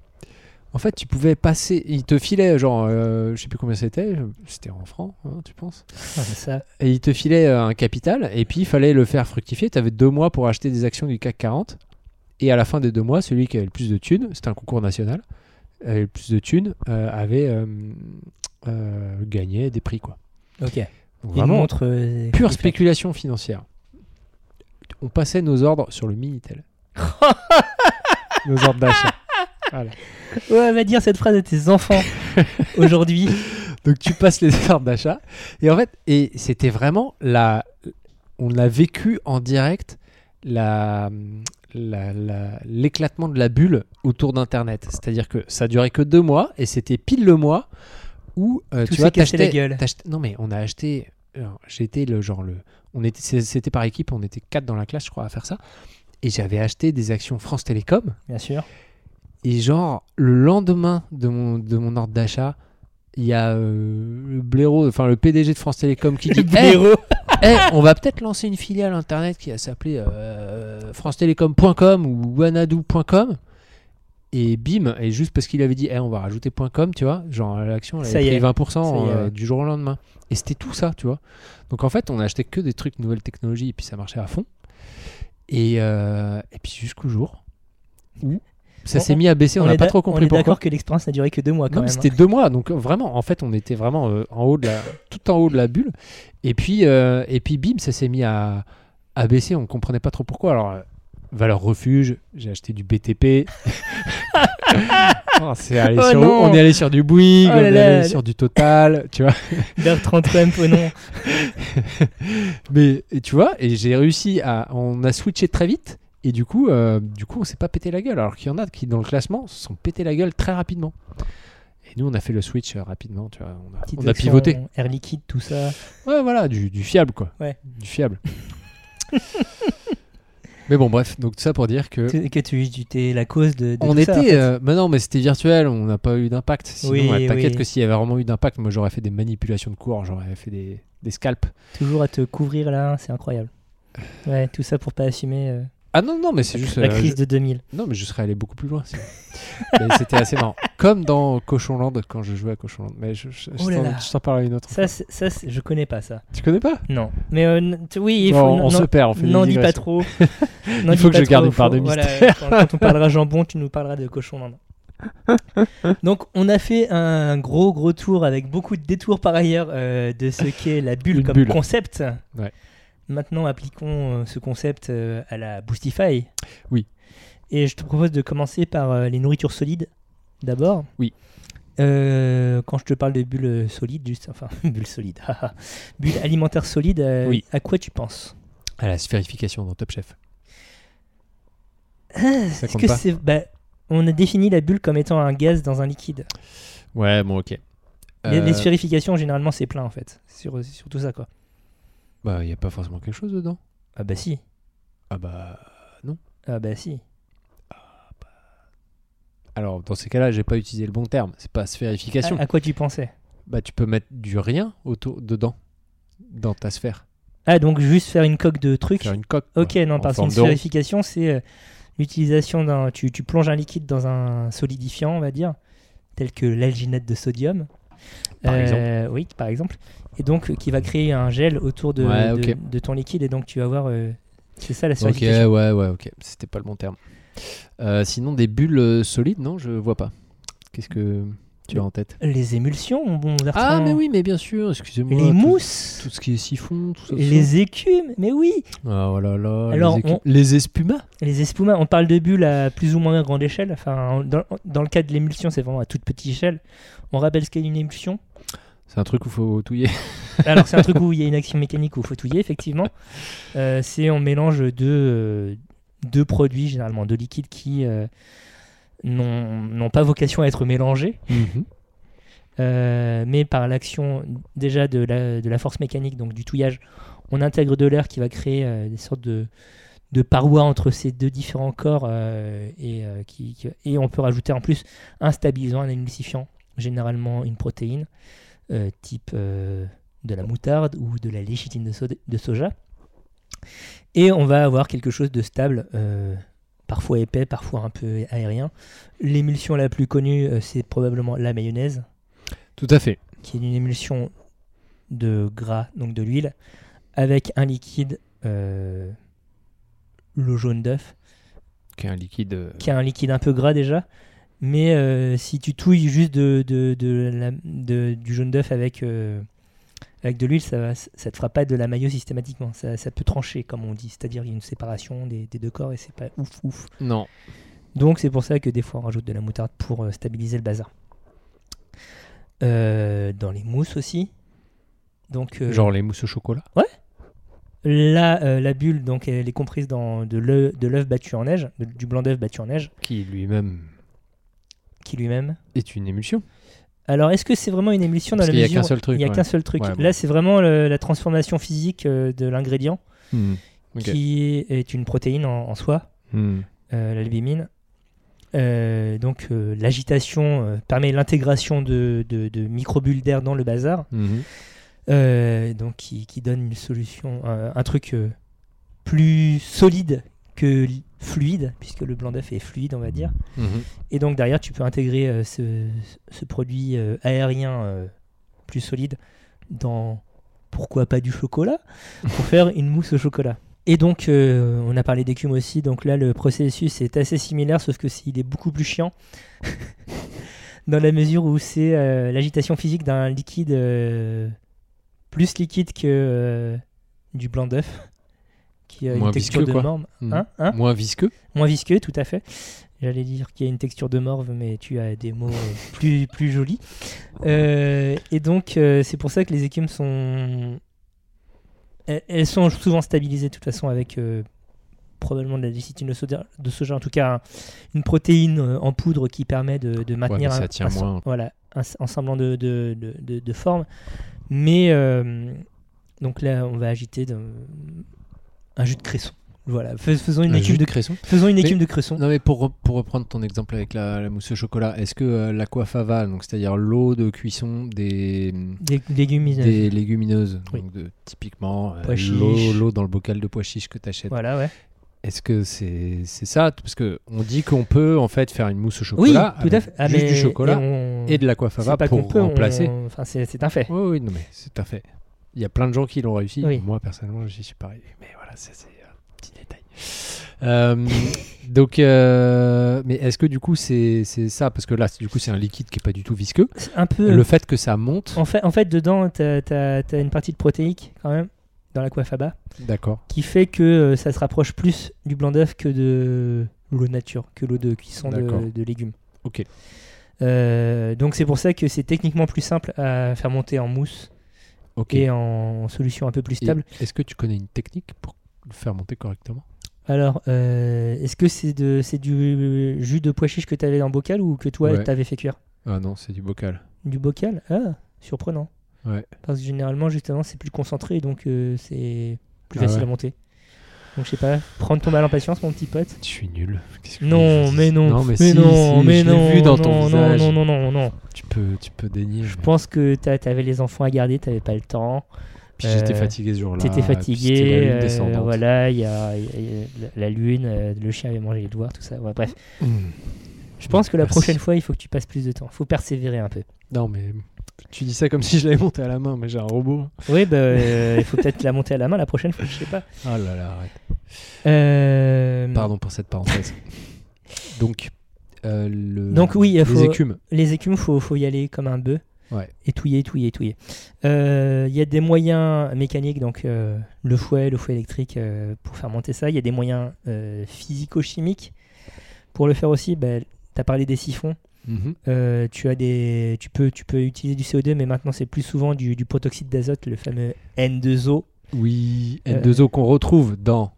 En fait, tu pouvais passer. Il te filait, genre, euh, je sais plus combien c'était, c'était en francs, hein, tu penses Ah, ça, et il te filait euh, un capital, et puis il fallait le faire fructifier. Tu avais deux mois pour acheter des actions du CAC 40. Et à la fin des deux mois, celui qui avait le plus de thunes, c'était un concours national, avaient le plus de thunes euh, avaient euh, euh, gagné des prix. Quoi. Ok. Donc, Une vraiment, montre. euh, pure qui claque. spéculation financière. On passait nos ordres sur le Minitel. nos ordres d'achat. Voilà. Ouais, va dire cette phrase à tes enfants aujourd'hui. Donc tu passes les ordres d'achat. Et en fait, et c'était vraiment la. On a vécu en direct la la- la- l'éclatement de la bulle autour d'Internet. C'est-à-dire que ça durait que deux mois et c'était pile le mois où euh, Tout tu s'est vois cassé la t'achetais- gueule. t'achetais- Non mais on a acheté. alors, J'étais le genre le. On était c'est- c'était par équipe. On était quatre dans la classe, je crois, à faire ça. Et j'avais acheté des actions France Télécom. Bien sûr. Et genre, le lendemain de mon, de mon ordre d'achat, il y a euh, le blaireau, enfin le PDG de France Télécom qui dit Eh, blaireau. eh, on va peut-être lancer une filiale internet qui va s'appeler euh, francetelecom.com ou wanadoo.com. Et bim, et juste parce qu'il avait dit Eh, on va rajouter .com, tu vois, genre l'action elle Ça y avait est. pris 20% Ça y est, euh, ouais. du jour au lendemain. Et c'était tout ça, tu vois. Donc en fait, on achetait que des trucs nouvelles technologies et puis ça marchait à fond. Et, euh, et puis jusqu'au jour où ça On- s'est mis à baisser, on est n'a pas d'a- trop compris On est pourquoi. d'accord que l'expérience n'a duré que deux mois quand Non, mais même. hein. c'était deux mois, donc euh, vraiment, en fait, on était vraiment euh, en haut de la, tout en haut de la bulle. Et puis, euh, et puis, bim, ça s'est mis à, à baisser. On comprenait pas trop pourquoi. Alors, euh, valeur refuge, j'ai acheté du BTP. Oh, c'est allé Oh sur- non. on est allé sur du Bouygues, Oh là on est là. allé sur du Total, tu vois. hein. Bertrand Trump au nom. Mais et tu vois, et j'ai réussi à. On a switché très vite, et du coup, euh, du coup on s'est pas pété la gueule. Alors qu'il y en a qui, dans le classement, se sont pété la gueule très rapidement. Et nous, on a fait le switch euh, rapidement, tu vois. On a, Petite on a action, pivoté. Air liquide, tout ça. Ouais, voilà, du, du fiable, quoi. Ouais. Du fiable. mais bon, bref, donc tout ça pour dire que. Tu- Que tu tu t'es la cause de. de On tout était. ça. euh, mais non, mais c'était virtuel, on n'a pas eu d'impact. Sinon, Oui, ouais, t'inquiète oui. que s'il y avait vraiment eu d'impact, moi j'aurais fait des manipulations de cours, j'aurais fait des, des scalps. Toujours à te couvrir là, hein, c'est incroyable. Ouais, tout ça pour pas assumer euh, Ah non, non, mais c'est juste. la euh, crise de 2000. Non, mais je serais allé beaucoup plus loin. sinon. mais c'était assez marrant. Comme dans Cochonland, quand je jouais à Cochonland. Mais je, je, je Oh là t'en- là. je t'en parlerai une autre. Ça, c'est- ça c'est- je connais pas ça. Tu connais pas Non. Mais euh, n- tu- oui, il faut. Bon, non, On se non, perd, on fait des N'en dis pas digressions. trop. Il faut que je garde une part de mystère. euh, quand, quand on parlera jambon, tu nous parleras de cochon. non, non. Donc, on a fait un gros, gros tour avec beaucoup de détours par ailleurs euh, de ce qu'est la bulle Une comme bulle. concept. Ouais. Maintenant, appliquons euh, ce concept euh, à la Boostify. Oui. Et je te propose de commencer par euh, les nourritures solides d'abord. Oui. Euh, quand je te parle de bulle euh, solide, juste, enfin, bulle solide, haha. bulle alimentaire solide, euh, Oui. à quoi tu penses À la sphérification dans Top Chef. Ça Est-ce compte que pas c'est. bah, on a défini la bulle comme étant un gaz dans un liquide. Ouais, bon, ok. Les, les Euh, sphérifications, généralement, c'est plein en fait. C'est Sur, c'est surtout ça quoi. Bah, il n'y a pas forcément quelque chose dedans. Ah bah si. Ah bah. Ah bah si. Alors, dans ces cas-là, j'ai pas utilisé le bon terme. C'est pas À, sphérification. Ah, à quoi tu pensais Bah, tu peux mettre du rien autour, dedans, dans ta sphère. Ah, donc juste faire une coque de truc. Faire une coque. quoi, Ok, non, en parce forme qu'une de rond. sphérification, c'est euh, l'utilisation d'un. Tu, tu plonges un liquide dans un solidifiant, on va dire, tel que l'alginate de sodium. euh, Par Oui, par exemple. Et donc, euh, qui va créer un gel autour de, Ouais, de- ok. de ton liquide. Et donc, tu vas voir. euh, c'est ça la Ok, sphérification. ouais, ouais, ok. C'était pas le bon terme. Euh, sinon, des bulles euh, solides, non Je vois pas. Qu'est-ce que tu as en tête Les émulsions, mon bon Bertrand. Ah, mais oui, mais bien sûr, excusez-moi. euh, Les Bah, tout- mousses, Tout ce qui est siphon, tout ça. tout ça. les écumes, mais oui. Ah, oh là là, Alors, les, écu- on- les espumas Les espumas, on parle de bulles à plus ou moins grande échelle. Enfin, en- dans, dans le cas de l'émulsion, c'est vraiment à toute petite échelle. On rappelle ce qu'est une émulsion. C'est un truc où faut touiller. Alors, c'est un truc où il y a une action mécanique où il faut touiller, effectivement. Euh, c'est on mélange deux, euh, deux produits, généralement deux liquides qui euh, n'ont n'ont pas vocation à être mélangés. Euh, mais par l'action déjà de la, de la force mécanique, donc du touillage, on intègre de l'air qui va créer euh, des sortes de, de parois entre ces deux différents corps euh, et, euh, qui, qui- et on peut rajouter en plus un stabilisant, un émulsifiant, généralement une protéine euh, type euh, de la moutarde ou de la léchitine de, sod- de soja. Et on va avoir quelque chose de stable, euh, parfois épais, parfois un peu aérien. L'émulsion la plus connue, euh, c'est probablement la mayonnaise Tout à fait. qui est une émulsion de gras, donc de l'huile, avec un liquide, euh, l'eau jaune d'œuf, Qui est un liquide. euh, qui a un liquide un peu gras déjà, Mais euh, si tu touilles juste de, de- de la- de- du jaune d'œuf avec, euh, avec de l'huile, ça ne ça te fera pas de la maillot systématiquement. Ça, ça peut trancher, comme on dit. C'est-à-dire qu'il y a une séparation des, des deux corps et c'est pas ouf ouf. Non. Donc c'est pour ça que des fois on rajoute de la moutarde pour euh, stabiliser le bazar. Euh, dans les mousses aussi. Donc, euh, Genre les mousses au chocolat. Là, euh, la bulle, donc, elle est comprise dans de l'œuf de l'œuf battu en neige, de- du blanc d'œuf battu en neige, Qui lui-même qui lui-même. est une émulsion. Alors, est-ce que c'est vraiment une émulsion dans Parce la qu'il n'y a mesure qu'un seul où truc. il n'y a ouais. qu'un seul truc Ouais, bon. Là, c'est vraiment le- la transformation physique euh, de l'ingrédient, Hmm. Ok. qui est une protéine en, en soi, Hmm. euh, l'albumine. Euh, donc, euh, l'agitation euh, permet l'intégration de, de- de microbulles d'air dans le bazar, Mhm. euh, donc qui, qui donne une solution, un, un truc euh, plus solide que li- fluide, puisque le blanc d'œuf est fluide, on va dire. Mhm. Et donc derrière, tu peux intégrer euh, ce, ce produit euh, aérien euh, plus solide dans pourquoi pas du chocolat pour faire une mousse au chocolat. Et donc, euh, on a parlé d'écume aussi. Donc là, le processus est assez similaire, sauf que c'est- il est beaucoup plus chiant dans la mesure où c'est euh, l'agitation physique d'un liquide euh, plus liquide que euh, du blanc d'œuf, qui a Moins une texture visqueux, de quoi. morme. Mhm. Hein Hein Moins visqueux. moins visqueux, tout à fait. J'allais dire qu'il y a une texture de morve, mais tu as des mots euh, plus, plus jolis. Euh, et donc, euh, c'est pour ça que les écumes sont. Elles- Elles sont souvent stabilisées, de toute façon, avec euh, probablement de la lécithine de soja, de soja, en tout cas un- une protéine euh, en poudre qui permet de, de maintenir mais ça un- tient un sem- moins. voilà, un, s- un semblant de, de- de- de- de forme. Mais euh, donc là, on va agiter de- un jus de cresson. Voilà, Fais- faisons une Un écume jus de cresson. Faisons une Mais- écume de cresson. Non mais pour, re- pour reprendre ton exemple avec la, la mousse au chocolat, est-ce que euh, l'aquafava, donc c'est-à-dire l'eau de cuisson des Des légumineuses. des légumineuses, Oui. donc de- typiquement euh, Pois chiches. l'eau l'eau dans le bocal de pois chiches que tu achètes. Voilà, ouais. Est-ce que c'est c'est ça Parce que on dit qu'on peut en fait faire une mousse au chocolat oui, tout à avec fait. Ah, juste mais- du chocolat et, et, on- de c'est l'aquafaba pas qu'on pour peut, on- remplacer. Enfin, c'est c'est un fait. Oui, oui, non mais c'est à fait. Il y a plein de gens qui l'ont réussi. Oui. Moi personnellement, j'y suis pas arrivé. Mais voilà, ça c'est un petit détail. Euh, donc, euh, mais est-ce que du coup c'est c'est ça Parce que là, c'est- du coup, c'est un liquide qui est pas du tout visqueux. C'est Un peu. Le fait que ça monte, En, fait, en fait, dedans, t'as as, une partie de protéique, quand même, dans l'aquafaba, d'accord. qui fait que euh, ça se rapproche plus du blanc d'œuf que de l'eau nature, que l'eau de cuisson D'accord. de, de légumes. Ok. Euh, donc, c'est pour ça que c'est techniquement plus simple à faire monter en mousse Ok. et en solution un peu plus Et stable. Est-ce que tu connais une technique pour le faire monter correctement Alors, euh, est-ce que c'est de c'est du jus de pois chiche que tu avais dans le bocal ou que toi Ouais. tu avais fait cuire Ah non, c'est du bocal. Du bocal Ah, surprenant. Ouais. Parce que généralement, justement, c'est plus concentré donc euh, c'est plus Ah facile ouais. à monter. Donc, je sais pas, prendre ton mal en patience, mon petit pote. Je suis nul. Qu'est-ce que je Non, dis mais non, mais, si, non, si, mais je l'ai non, vu dans non, ton non, visage. non, non, non, non. Tu peux, tu peux dénier. Je pense que t'a- t'avais les enfants à garder, t'avais pas le temps, Puis j'étais euh, fatigué ce jour-là. t'étais puis c'était la fatigué, lune euh, descendante. voilà, il y a, il y a la- la lune, euh, le chien avait mangé les doigts, tout ça, ouais, bref. Hmm. Je pense que la Merci. prochaine fois, il faut que tu passes plus de temps. faut persévérer un peu. Non, mais tu dis ça comme si je l'avais monté à la main, mais j'ai un robot. Oui, bah, euh, il faut peut-être la monter à la main la prochaine fois, je sais pas. Ah là là, arrête. Euh, Pardon pour cette parenthèse. Mm. Donc, euh, le... Donc oui, il les faut- écumes. Les écumes, faut, faut y aller comme un bœuf. Ouais. Et touiller, touiller, touiller. Euh, Il y a des moyens mécaniques, donc euh, le fouet, le fouet électrique euh, pour faire monter ça. Il y a des moyens euh, physico-chimiques pour le faire aussi. Bah, tu as parlé des siphons. Mhm. Euh, tu, as des, tu, peux, tu peux utiliser du CO2, mais maintenant c'est plus souvent du, du protoxyde d'azote, le fameux N2O, Oui, Euh, N2O qu'on retrouve dans,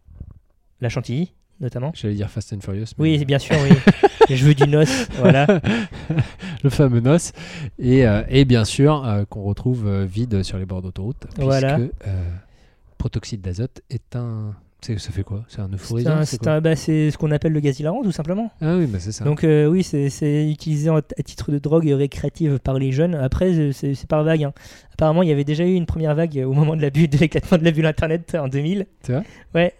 la chantilly notamment. j'allais dire Fast and Furious. mais- Oui, bien sûr, oui. Je veux du noce, voilà. le fameux noce. Et, euh, et bien sûr, euh, qu'on retrouve euh, vide sur les bords d'autoroute. Voilà. Puisque euh, protoxyde d'azote est un. c'est- Ça fait quoi C'est un C'est euphorisant un- c'est c'est quoi un- bah, c'est ce qu'on appelle le gaz hilarant, tout simplement. Ah oui, bah c'est ça. Donc euh, oui, c'est- c'est utilisé en- à titre de drogue récréative par les jeunes. Après, euh, c'est c'est par vague. hein. Apparemment, il y avait déjà eu une première vague euh, au moment de la bulle- de l'éclatement de la bulle Internet euh, en 2000. C'est vrai Ouais.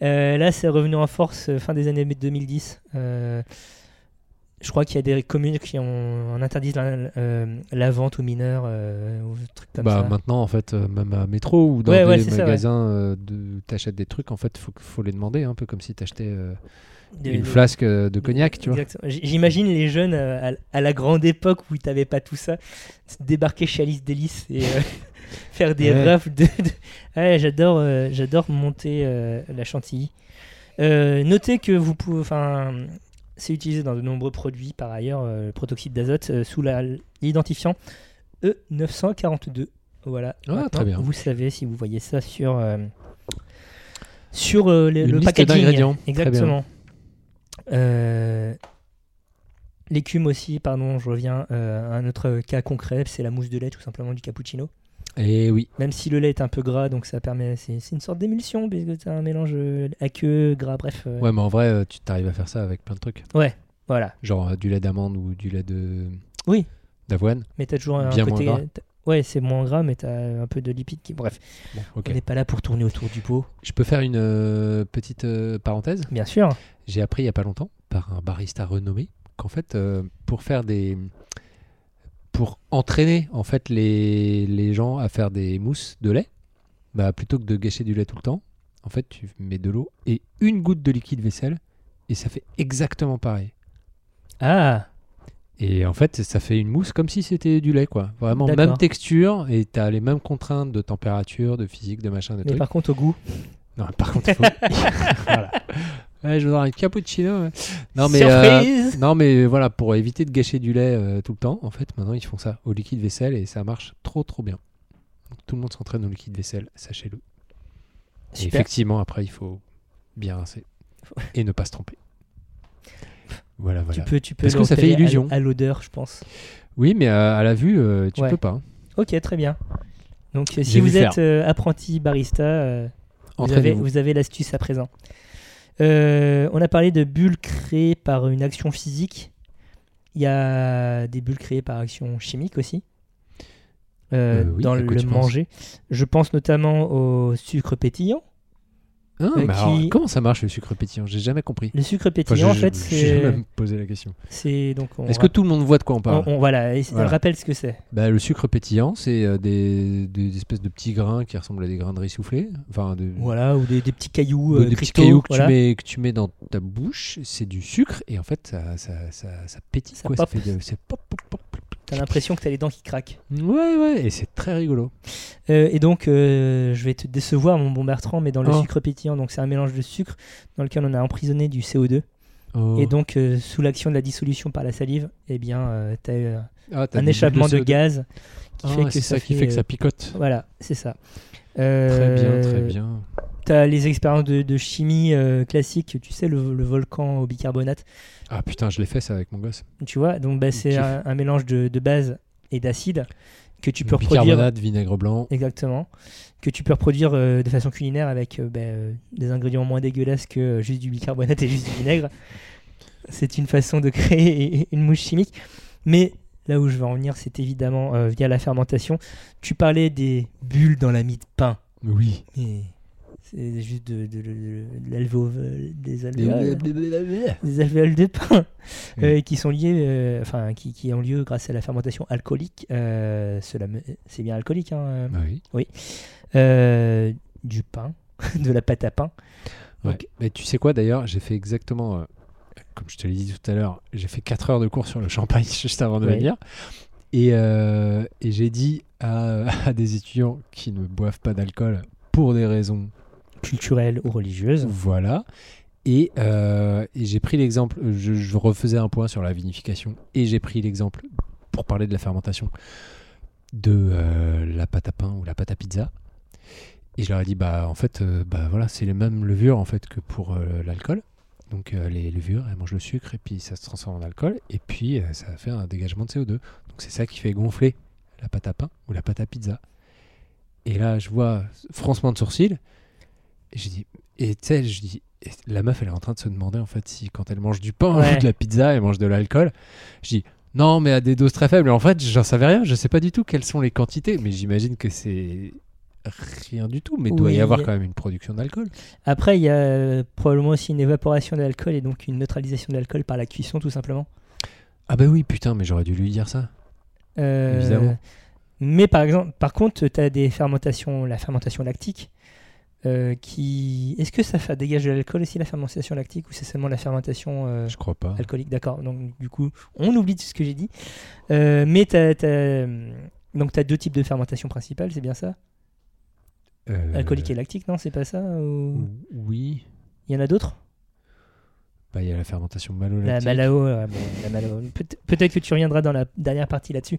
Euh, là, c'est revenu en force euh, fin des années 2010. Euh, Je crois qu'il y a des communes qui ont, en interdisent la, euh, la vente aux mineurs euh, ou des trucs comme bah, ça. maintenant, en fait, euh, même à métro ou dans Ouais, des ouais, c'est ça, ouais. magasins euh, de- où t'achètes des trucs, en fait, faut, que- faut les demander, hein, un peu comme si t'achetais euh, Des- une des- flasque euh, de cognac, tu vois. Exactement. J- J'imagine les jeunes euh, à- à la grande époque où t'avais pas tout ça, se débarquer chez Alice Delis et euh, faire des Ouais. rafles. De, de- Ouais, j'adore, euh, j'adore monter euh, la chantilly. Euh, notez que vous pouvez, enfin, c'est utilisé dans de nombreux produits par ailleurs, euh, le protoxyde d'azote euh, sous la- l'identifiant E E942. Voilà. Ah, Maintenant, très bien. Vous savez si vous voyez ça sur euh, sur euh, les- Une le liste packaging. d'ingrédients. Très bien. Exactement. Euh, L'écume aussi, pardon, je reviens euh, à un autre cas concret, c'est la mousse de lait tout simplement du cappuccino. Et Eh oui, Même si le lait est un peu gras, donc ça permet, c'est c'est une sorte d'émulsion, puisque c'est un mélange euh, aqueux, gras, bref. euh, ouais, mais en vrai, euh, tu t'arrives à faire ça avec plein de trucs. Voilà. Genre euh, du lait d'amande ou du lait de. Oui. D'avoine. Mais t'as toujours un Bien côté. moins gras. t'as- Ouais, c'est moins gras, mais t'as un peu de lipides qui. Bref, Bon, ok. on n'est pas là pour tourner autour du pot. Je peux faire une euh, petite euh, parenthèse Bien sûr. J'ai appris il n'y a pas longtemps par un barista renommé qu'en fait, euh, pour faire des. Pour entraîner en fait les, les gens à faire des mousses de lait, bah, plutôt que de gâcher du lait tout le temps, en fait, tu mets de l'eau et une goutte de liquide vaisselle et ça fait exactement pareil. Ah, Et en fait, ça fait une mousse comme si c'était du lait, quoi. Vraiment, D'accord. même texture et t'as les mêmes contraintes de température, de physique, de machin, de mais trucs. par contre, au goût. Non, par contre, faut... voilà. Ouais, je voudrais un cappuccino. ouais. Non, mais. euh, Surprise non mais voilà, pour éviter de gâcher du lait euh, tout le temps, en fait, maintenant ils font ça au liquide vaisselle et ça marche trop trop bien. Donc, tout le monde s'entraîne au liquide vaisselle, sachez-le. Et Super. effectivement, après il faut bien rincer et ne pas se tromper. Voilà, voilà. Tu peux, tu peux Parce que le ça fait repérer à- illusion. À, l'odeur, je pense. Oui, mais euh, à la vue, euh, tu Ouais. peux pas. Ok, très bien. Donc, euh, si J'ai vu vous faire. êtes euh, apprenti barista, euh, vous avez, Entraînez-vous. vous avez l'astuce à présent. Euh, on a parlé de bulles créées par une action physique. Il y a des bulles créées par action chimique aussi. Euh, Euh, oui, dans à le quoi tu penses manger. Je pense notamment au sucre pétillant. Hein, euh, mais alors, qui- comment ça marche le sucre pétillant J'ai jamais compris. Le sucre Enfin, pétillant, en j'ai- fait, j'ai jamais c'est. me posé la question. c'est- donc on Est-ce que tout le monde voit de quoi on parle on, on- voilà, et c'est- Voilà. rappelle ce que c'est. Bah, le sucre pétillant, c'est euh, des, des espèces de petits grains qui ressemblent à des grains de riz soufflé. Enfin, de, Voilà, ou des, des petits cailloux. de- euh, des petits cristaux, cailloux que, voilà. tu mets, que tu mets dans ta bouche. C'est du sucre et en fait, ça, ça, ça, ça pétille. Ça quoi. ça pop. fait de- c'est pop, pop, pop, pop. T'as l'impression que t'as les dents qui craquent. Ouais, ouais, et c'est très rigolo. Euh, et donc, euh, je vais te décevoir, mon bon Bertrand, mais dans le Oh. sucre pétillant, donc c'est un mélange de sucre dans lequel on a emprisonné du CO2. Oh. Et donc, euh, sous l'action de la dissolution par la salive, eh bien, euh, t'as euh, Ah, t'as un des échappement bulles CO2. de gaz qui Ah, fait que c'est ça, ça qui fait que euh, ça picote. Voilà, c'est ça. Très bien, Euh, très bien. T'as les expériences de, de chimie euh, classique, tu sais, le, le volcan au bicarbonate. Ah putain, je l'ai fait ça avec mon gosse. Tu vois, donc bah, c'est Kiff. un, un mélange de, de base et d'acide que tu peux Donc, reproduire Bicarbonate, vinaigre blanc. Exactement. Que tu peux reproduire euh, de façon culinaire avec euh, ben, euh, des ingrédients moins dégueulasses que euh, juste du bicarbonate et juste du vinaigre. C'est une façon de créer une mouche chimique. Mais là où je veux en venir, c'est évidemment euh, via la fermentation. Tu parlais des bulles dans la mie de pain. Oui. Mais c'est juste de, de- de- de- de l'alvéole- des alvéoles, des alvéoles de pain euh, qui sont liées, euh, enfin qui, qui ont lieu grâce à la fermentation alcoolique. Euh, cela me- c'est bien alcoolique. Hein, euh, Bah oui. euh, du pain, de la pâte à pain. Ouais. Ok. Mais tu sais quoi d'ailleurs, j'ai fait exactement, euh, comme je te l'ai dit tout à l'heure, j'ai fait 4 heures de cours sur le champagne juste avant de Ouais. venir. Et, euh, et j'ai dit à, à des étudiants qui ne boivent pas d'alcool pour des raisons, culturelle ou religieuse. voilà. Et, euh, et j'ai pris l'exemple, je, je refaisais un point sur la vinification, et j'ai pris l'exemple, pour parler de la fermentation, de euh, la pâte à pain ou la pâte à pizza. Et je leur ai dit, bah en fait, euh, bah voilà, c'est les mêmes levures en fait que pour euh, l'alcool. Donc euh, les levures, elles mangent le sucre et puis ça se transforme en alcool et puis euh, ça fait un dégagement de CO2. Donc c'est ça qui fait gonfler la pâte à pain ou la pâte à pizza. Et là, je vois froncement de sourcils. Et j'ai dit, et tu sais, je dis, et la meuf, elle est en train de se demander en fait si quand elle mange du pain Ouais. ou de la pizza, elle mange de l'alcool. Je dis, non, mais à des doses très faibles. Et en fait, j'en savais rien. Je sais pas du tout quelles sont les quantités, mais j'imagine que c'est rien du tout. Mais il doit Oui. y avoir quand même une production d'alcool. Après, il y a euh, probablement aussi une évaporation de l'alcool et donc une neutralisation de l'alcool par la cuisson, tout simplement. Ah bah oui, putain, mais j'aurais dû lui dire ça. Euh, Évidemment. Mais par exemple, par contre, tu as des fermentations, la fermentation lactique, euh, qui. Est-ce que ça fa- dégage de l'alcool aussi la fermentation lactique ou c'est seulement la fermentation euh, Je crois pas. alcoolique D'accord. Donc du coup, on oublie tout ce que j'ai dit. Euh, mais t'as, t'as- donc tu as deux types de fermentation principale, c'est bien ça Euh, Alcoolique et lactique, non C'est pas ça ou- Oui. Il y en a d'autres Bah, il y a la fermentation La malolactique. Malao, ouais, bon, la Malao. Peut- peut-être que tu reviendras dans la dernière partie là-dessus.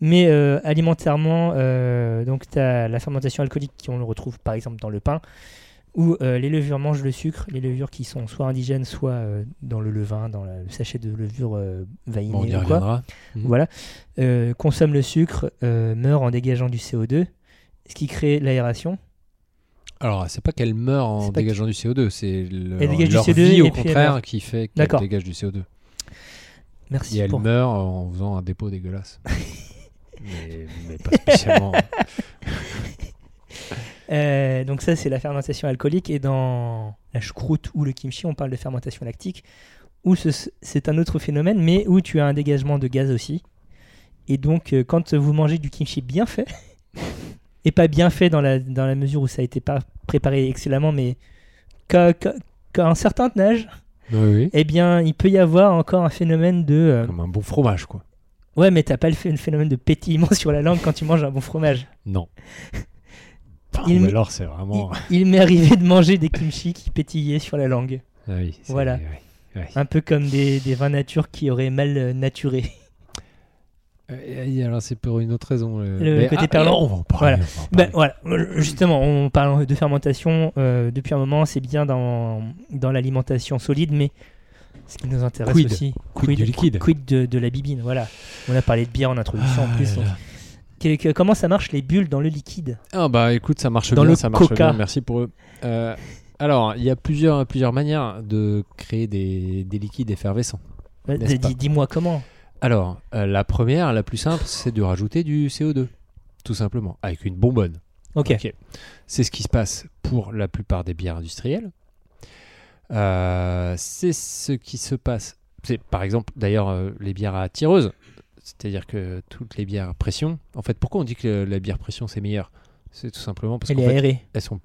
Mais euh, alimentairement, euh, donc tu as la fermentation alcoolique qui on le retrouve par exemple dans le pain, où euh, les levures mangent le sucre, les levures qui sont soit indigènes, soit euh, dans le levain, dans la- le sachet de levure euh, vaillinée Bon, on y ou quoi. reviendra. Voilà, Euh, consomment le sucre, euh, meurent en dégageant du CO2, ce qui crée l'aération. Alors, c'est pas qu'elle meurt en C'est pas dégageant du CO2, c'est le, Elle dégage du leur CO2 vie, et au puis elle contraire meurt. qui fait qu'elle D'accord. dégage du CO2. Et Merci elle pour meurt en faisant un dépôt dégueulasse. mais, mais pas spécialement. Euh, donc ça, c'est la fermentation alcoolique. Et dans la choucroute ou le kimchi, on parle de fermentation lactique, où ce- c'est un autre phénomène, mais où tu as un dégagement de gaz aussi. Et donc, euh, quand vous mangez du kimchi bien fait, et pas bien fait dans la, dans la mesure où ça a été pas préparé excellemment, mais qu'à qu'à- qu'à un certain âge, oui, oui. eh bien, il peut y avoir encore un phénomène de... euh, Comme un bon fromage, quoi. ouais, mais t'as pas le phé- le phénomène de pétillement sur la langue quand tu manges un bon fromage. Non. Putain, Il ou m- alors c'est vraiment. Il m'est arrivé de manger des kimchi qui pétillaient sur la langue. Ah oui, c'est- Voilà. oui, oui. Un peu comme des, des vins nature qui auraient mal euh, naturé. Euh, et alors c'est pour une autre raison. euh, Le côté ah, perlant. On va en parler. Voilà. on va en Ben parler. voilà, euh, justement, on parle de fermentation euh, depuis un moment, c'est bien dans, dans l'alimentation solide, mais ce qui nous intéresse Quid. aussi, Quid du liquide. quid de, de la bibine, voilà. On a parlé de bière en introduction en Ah plus. là donc. là. Que- que- comment ça marche les bulles dans le liquide Ah bah écoute, ça marche Dans bien, le ça marche coca. bien, merci pour eux. Euh, alors, il y a plusieurs, plusieurs manières de créer des, des liquides effervescents. Euh, N'est-ce dis- pas Dis-moi comment. Alors, euh, la première, la plus simple, c'est de rajouter du CO2, tout simplement, avec une bonbonne. Ok, Ok. C'est ce qui se passe pour la plupart des bières industrielles. Euh, c'est ce qui se passe. C'est par exemple, d'ailleurs, euh, les bières à tireuse, c'est-à-dire que toutes les bières à pression. En fait, pourquoi on dit que euh, la bière pression c'est meilleur C'est tout simplement parce elle qu'en est fait, aérée. elles, sont,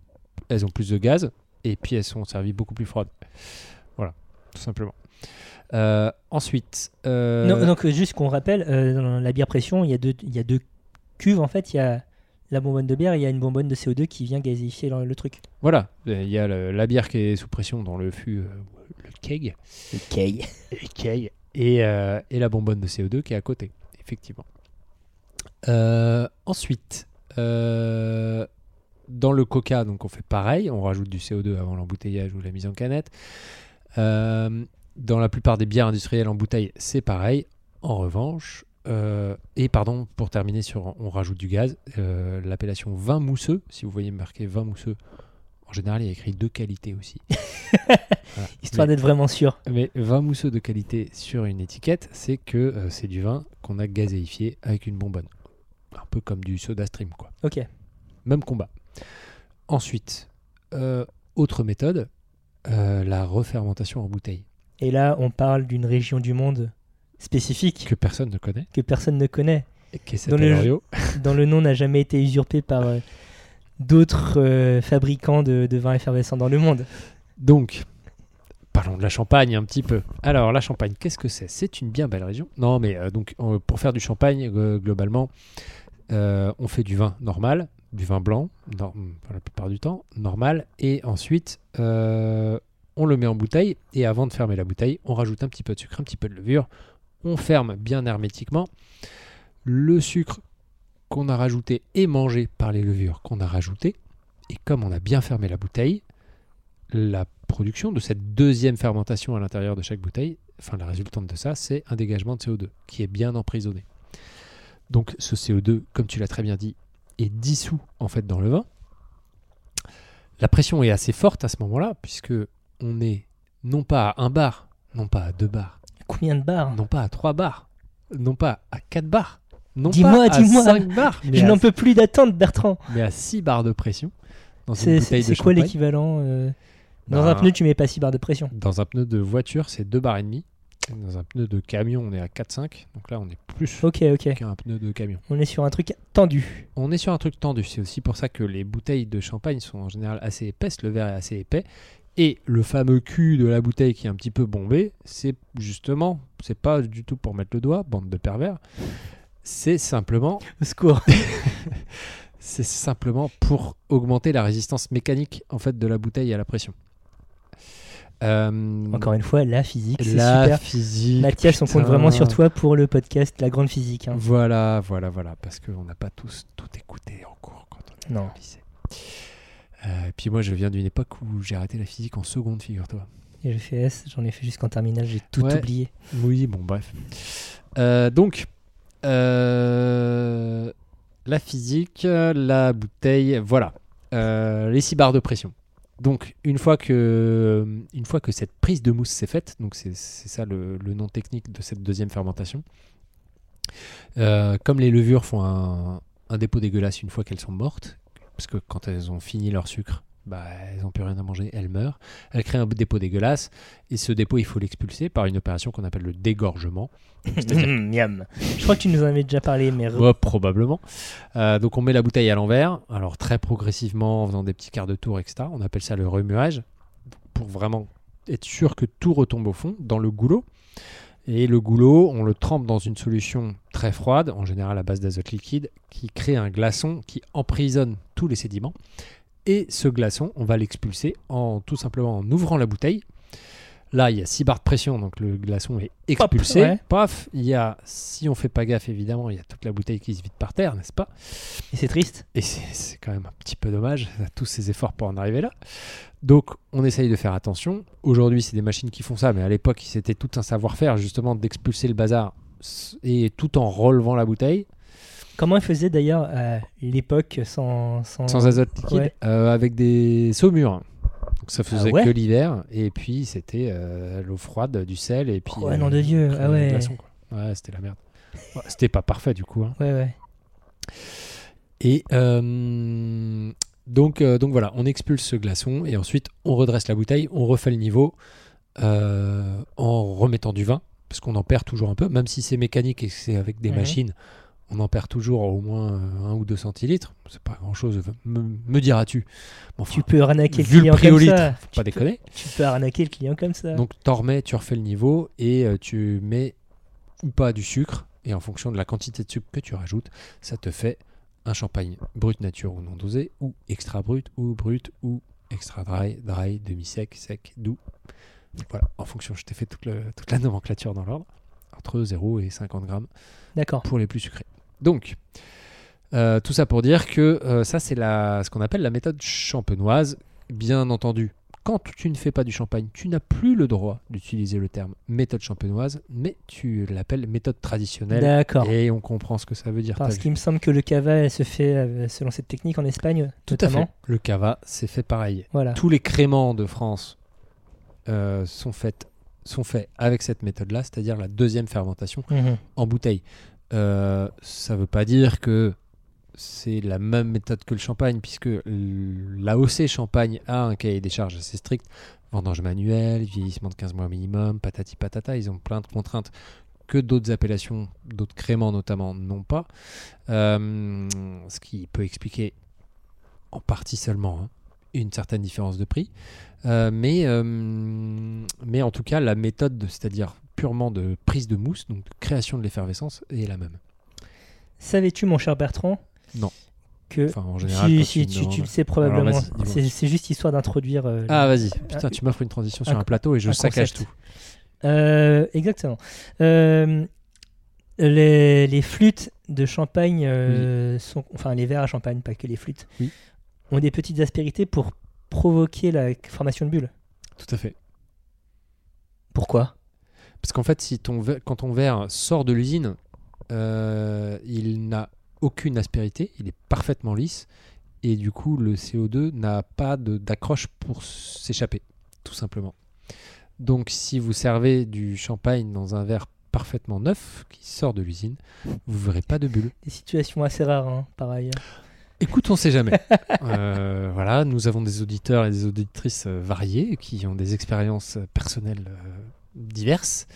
elles ont plus de gaz et puis elles sont servies beaucoup plus froides. Voilà, tout simplement. Euh, ensuite, euh, Non, donc euh, juste qu'on rappelle, euh, dans la bière pression, il y, a deux, il y a deux cuves en fait, il y a la bonbonne de bière et il y a une bonbonne de CO2 qui vient gazifier le- le truc. voilà, Euh, il y a le- la bière qui est sous pression dans le fût, euh, le keg. Ok. Écaille. et, euh, et la bonbonne de CO2 qui est à côté, effectivement. Euh, ensuite, euh, dans le coca, donc on fait pareil, on rajoute du CO2 avant l'embouteillage ou la mise en canette. Euh, dans la plupart des bières industrielles en bouteille, c'est pareil. En revanche, euh, et pardon, pour terminer sur on rajoute du gaz, euh, l'appellation vin mousseux, si vous voyez marqué vin mousseux, en général il y a écrit deux qualités aussi. Voilà. Histoire d'être vraiment sûr. Mais vin mousseux de qualité sur une étiquette, c'est que euh, c'est du vin qu'on a gazéifié avec une bonbonne. Un peu comme du soda stream, quoi. Ok. Même combat. Ensuite, euh, autre méthode, euh, la refermentation en bouteille, Et là, on parle d'une région du monde spécifique que personne ne connaît, que personne ne connaît, et qui Dans s'appelle les- Orio. dont le nom n'a jamais été usurpé par euh, d'autres euh, fabricants de, de vins effervescents dans le monde. Donc, parlons de la Champagne un petit peu. Alors, la Champagne, qu'est-ce que c'est C'est une bien belle région. Non, mais euh, donc, euh, pour faire du champagne, euh, globalement, euh, on fait du vin normal, du vin blanc, nor- enfin, la plupart du temps, normal, et ensuite, euh, on le met en bouteille, et avant de fermer la bouteille, on rajoute un petit peu de sucre, un petit peu de levure, on ferme bien hermétiquement. Le sucre qu'on a rajouté est mangé par les levures qu'on a rajoutées, et comme on a bien fermé la bouteille, la production de cette deuxième fermentation à l'intérieur de chaque bouteille, enfin la résultante de ça, c'est un dégagement de CO2 qui est bien emprisonné. Donc ce CO2, comme tu l'as très bien dit, est dissous en fait dans le vin. La pression est assez forte à ce moment-là puisque on est non pas à un bar, non pas à deux bars, Combien de bars non pas à trois bars, non pas à quatre bars, non Dis-moi, pas à dis-moi. cinq bars, mais, Je à, n'en peux plus d'attendre, Bertrand. mais à six bars de pression dans une C'est c'est- bouteille de c'est quoi champagne. l'équivalent euh, Dans Ben, un pneu, tu mets pas 6 bars de pression. Dans un pneu de voiture, c'est deux barres et demi. Dans un pneu de camion, on est à 4-5. Donc là, on est plus Ok, ok. qu'un pneu de camion. On est sur un truc tendu. On est sur un truc tendu. C'est aussi pour ça que les bouteilles de champagne sont en général assez épaisses. Le verre est assez épais. Et le fameux cul de la bouteille qui est un petit peu bombé, c'est justement, c'est pas du tout pour mettre le doigt, bande de pervers. C'est simplement Au secours. c'est simplement pour augmenter la résistance mécanique en fait de la bouteille à la pression. Euh, Encore une fois, la physique, c'est la super. physique. Mathias, on compte putain. vraiment sur toi pour le podcast La Grande Physique. hein. Voilà, voilà, voilà, parce qu'on n'a pas tous tout écouté en cours quand on était Non. au lycée. Euh, et puis moi, je viens d'une époque où j'ai arrêté la physique en seconde, figure-toi. Et le FS, j'en ai fait jusqu'en terminale, j'ai tout Ouais. oublié. Oui, bon, bref. Euh, donc, euh, la physique, euh, la bouteille, voilà. Euh, les 6 barres de pression. Donc, une fois que, une fois que cette prise de mousse s'est faite, donc c'est c'est ça le, le nom technique de cette deuxième fermentation, euh, comme les levures font un, un dépôt dégueulasse une fois qu'elles sont mortes, parce que quand elles ont fini leur sucre, bah, elles n'ont plus rien à manger, elles meurent, elles créent un dépôt dégueulasse, et ce dépôt, il faut l'expulser par une opération qu'on appelle le dégorgement. C'est-à-dire Miam. Mhm, Je crois que tu nous en avais déjà parlé, mais re- Ouais, probablement. Euh, donc on met la bouteille à l'envers, alors très progressivement en faisant des petits quarts de tour, etc. On appelle ça le remuage, pour vraiment être sûr que tout retombe au fond, dans le goulot. Et le goulot, on le trempe dans une solution très froide, en général à base d'azote liquide, qui crée un glaçon qui emprisonne tous les sédiments. Et ce glaçon, on va l'expulser en tout simplement en ouvrant la bouteille. Là, il y a 6 barres de pression, donc le glaçon est expulsé. ouais. Paf, il y a, si on fait pas gaffe évidemment, il y a toute la bouteille qui se vide par terre, n'est-ce pas et c'est triste. et c'est c'est quand même un petit peu dommage, à tous ces efforts pour en arriver là. Donc, on essaye de faire attention. Aujourd'hui, c'est des machines qui font ça, mais à l'époque, c'était tout un savoir-faire, justement, d'expulser le bazar s- et tout en relevant la bouteille, Comment ils faisaient d'ailleurs à l'époque sans, sans... sans azote liquide, Ouais. Ah euh, avec des saumures. Donc, ça faisait ouais que l'hiver, et puis c'était euh, l'eau froide, du sel, et puis. Oh, ouais, nom de Dieu, après, ah le ouais. glaçon, quoi. Ouais, c'était la merde. Ouais, c'était pas parfait, du coup. hein. Ouais, ouais. Et euh, donc, euh, donc voilà, on expulse ce glaçon et ensuite on redresse la bouteille, on refait le niveau euh, en remettant du vin, parce qu'on en perd toujours un peu, même si c'est mécanique et que c'est avec des Mhm. machines, on en perd toujours au moins euh, un ou deux centilitres, c'est pas grand chose, me, me diras-tu. Mais enfin, Tu peux arnaquer le vu le client prix au comme litre, ça. faut pas déconner. Tu peux arnaquer le client comme ça. Donc t'en remets, tu refais le niveau et euh, tu mets ou pas du sucre. Et en fonction de la quantité de sucre que tu rajoutes, ça te fait un champagne brut nature ou non dosé, ou extra brut, ou brut, ou extra dry, dry, demi-sec, sec, doux. Voilà, en fonction, je t'ai fait toute, le- toute la nomenclature dans l'ordre, entre 0 et 50 grammes D'accord. pour les plus sucrés. Donc, euh, tout ça pour dire que euh, ça, c'est la, ce qu'on appelle la méthode champenoise. Bien entendu, quand tu ne fais pas du champagne, tu n'as plus le droit d'utiliser le terme méthode champenoise, mais tu l'appelles méthode traditionnelle. D'accord. Et on comprend ce que ça veut dire. Parce T'as qu'il me semble que le cava elle, se fait euh, selon cette technique en Espagne, Tout à notamment. fait. Le cava, c'est fait pareil. Voilà. Tous les créments de France euh, sont, faits, sont faits avec cette méthode-là, c'est-à-dire la deuxième fermentation Mhm. en bouteille. Euh, ça veut pas dire que c'est la même méthode que le champagne, puisque l'AOC Champagne a un cahier des charges assez strict. Vendange manuel, vieillissement de 15 mois minimum, patati patata, ils ont plein de contraintes que d'autres appellations, d'autres créments notamment, n'ont pas. Euh, ce qui peut expliquer en partie seulement hein, une certaine différence de prix. Euh, mais, euh, mais en tout cas, la méthode, de- c'est-à-dire purement de prise de mousse, donc de création de l'effervescence, est la même. Savais-tu, mon cher Bertrand Non. Que. Enfin, en général. si, quand tu si, me tu, demandes- tu le sais probablement. Alors, vas-y, dis-moi. C'est c'est juste histoire d'introduire. euh, Ah, vas-y. Ah, Putain, tu m'offres une transition sur un- un plateau et je un saccage concept. tout. Euh, exactement. Euh, les, les flûtes de champagne euh, sont, enfin les verres à champagne, pas que les flûtes, Oui. ont des petites aspérités pour provoquer la formation de bulles. Tout à fait. Pourquoi Parce qu'en fait, si ton ver- quand ton verre sort de l'usine, euh, il n'a aucune aspérité, il est parfaitement lisse, et du coup, le CO2 n'a pas de- d'accroche pour s'échapper, tout simplement. Donc, si vous servez du champagne dans un verre parfaitement neuf qui sort de l'usine, vous verrez pas de bulles. Des situations assez rares, hein, par ailleurs. Écoute, on sait jamais. Euh, voilà, nous avons des auditeurs et des auditrices euh, variés qui ont des expériences euh, personnelles euh, diverses.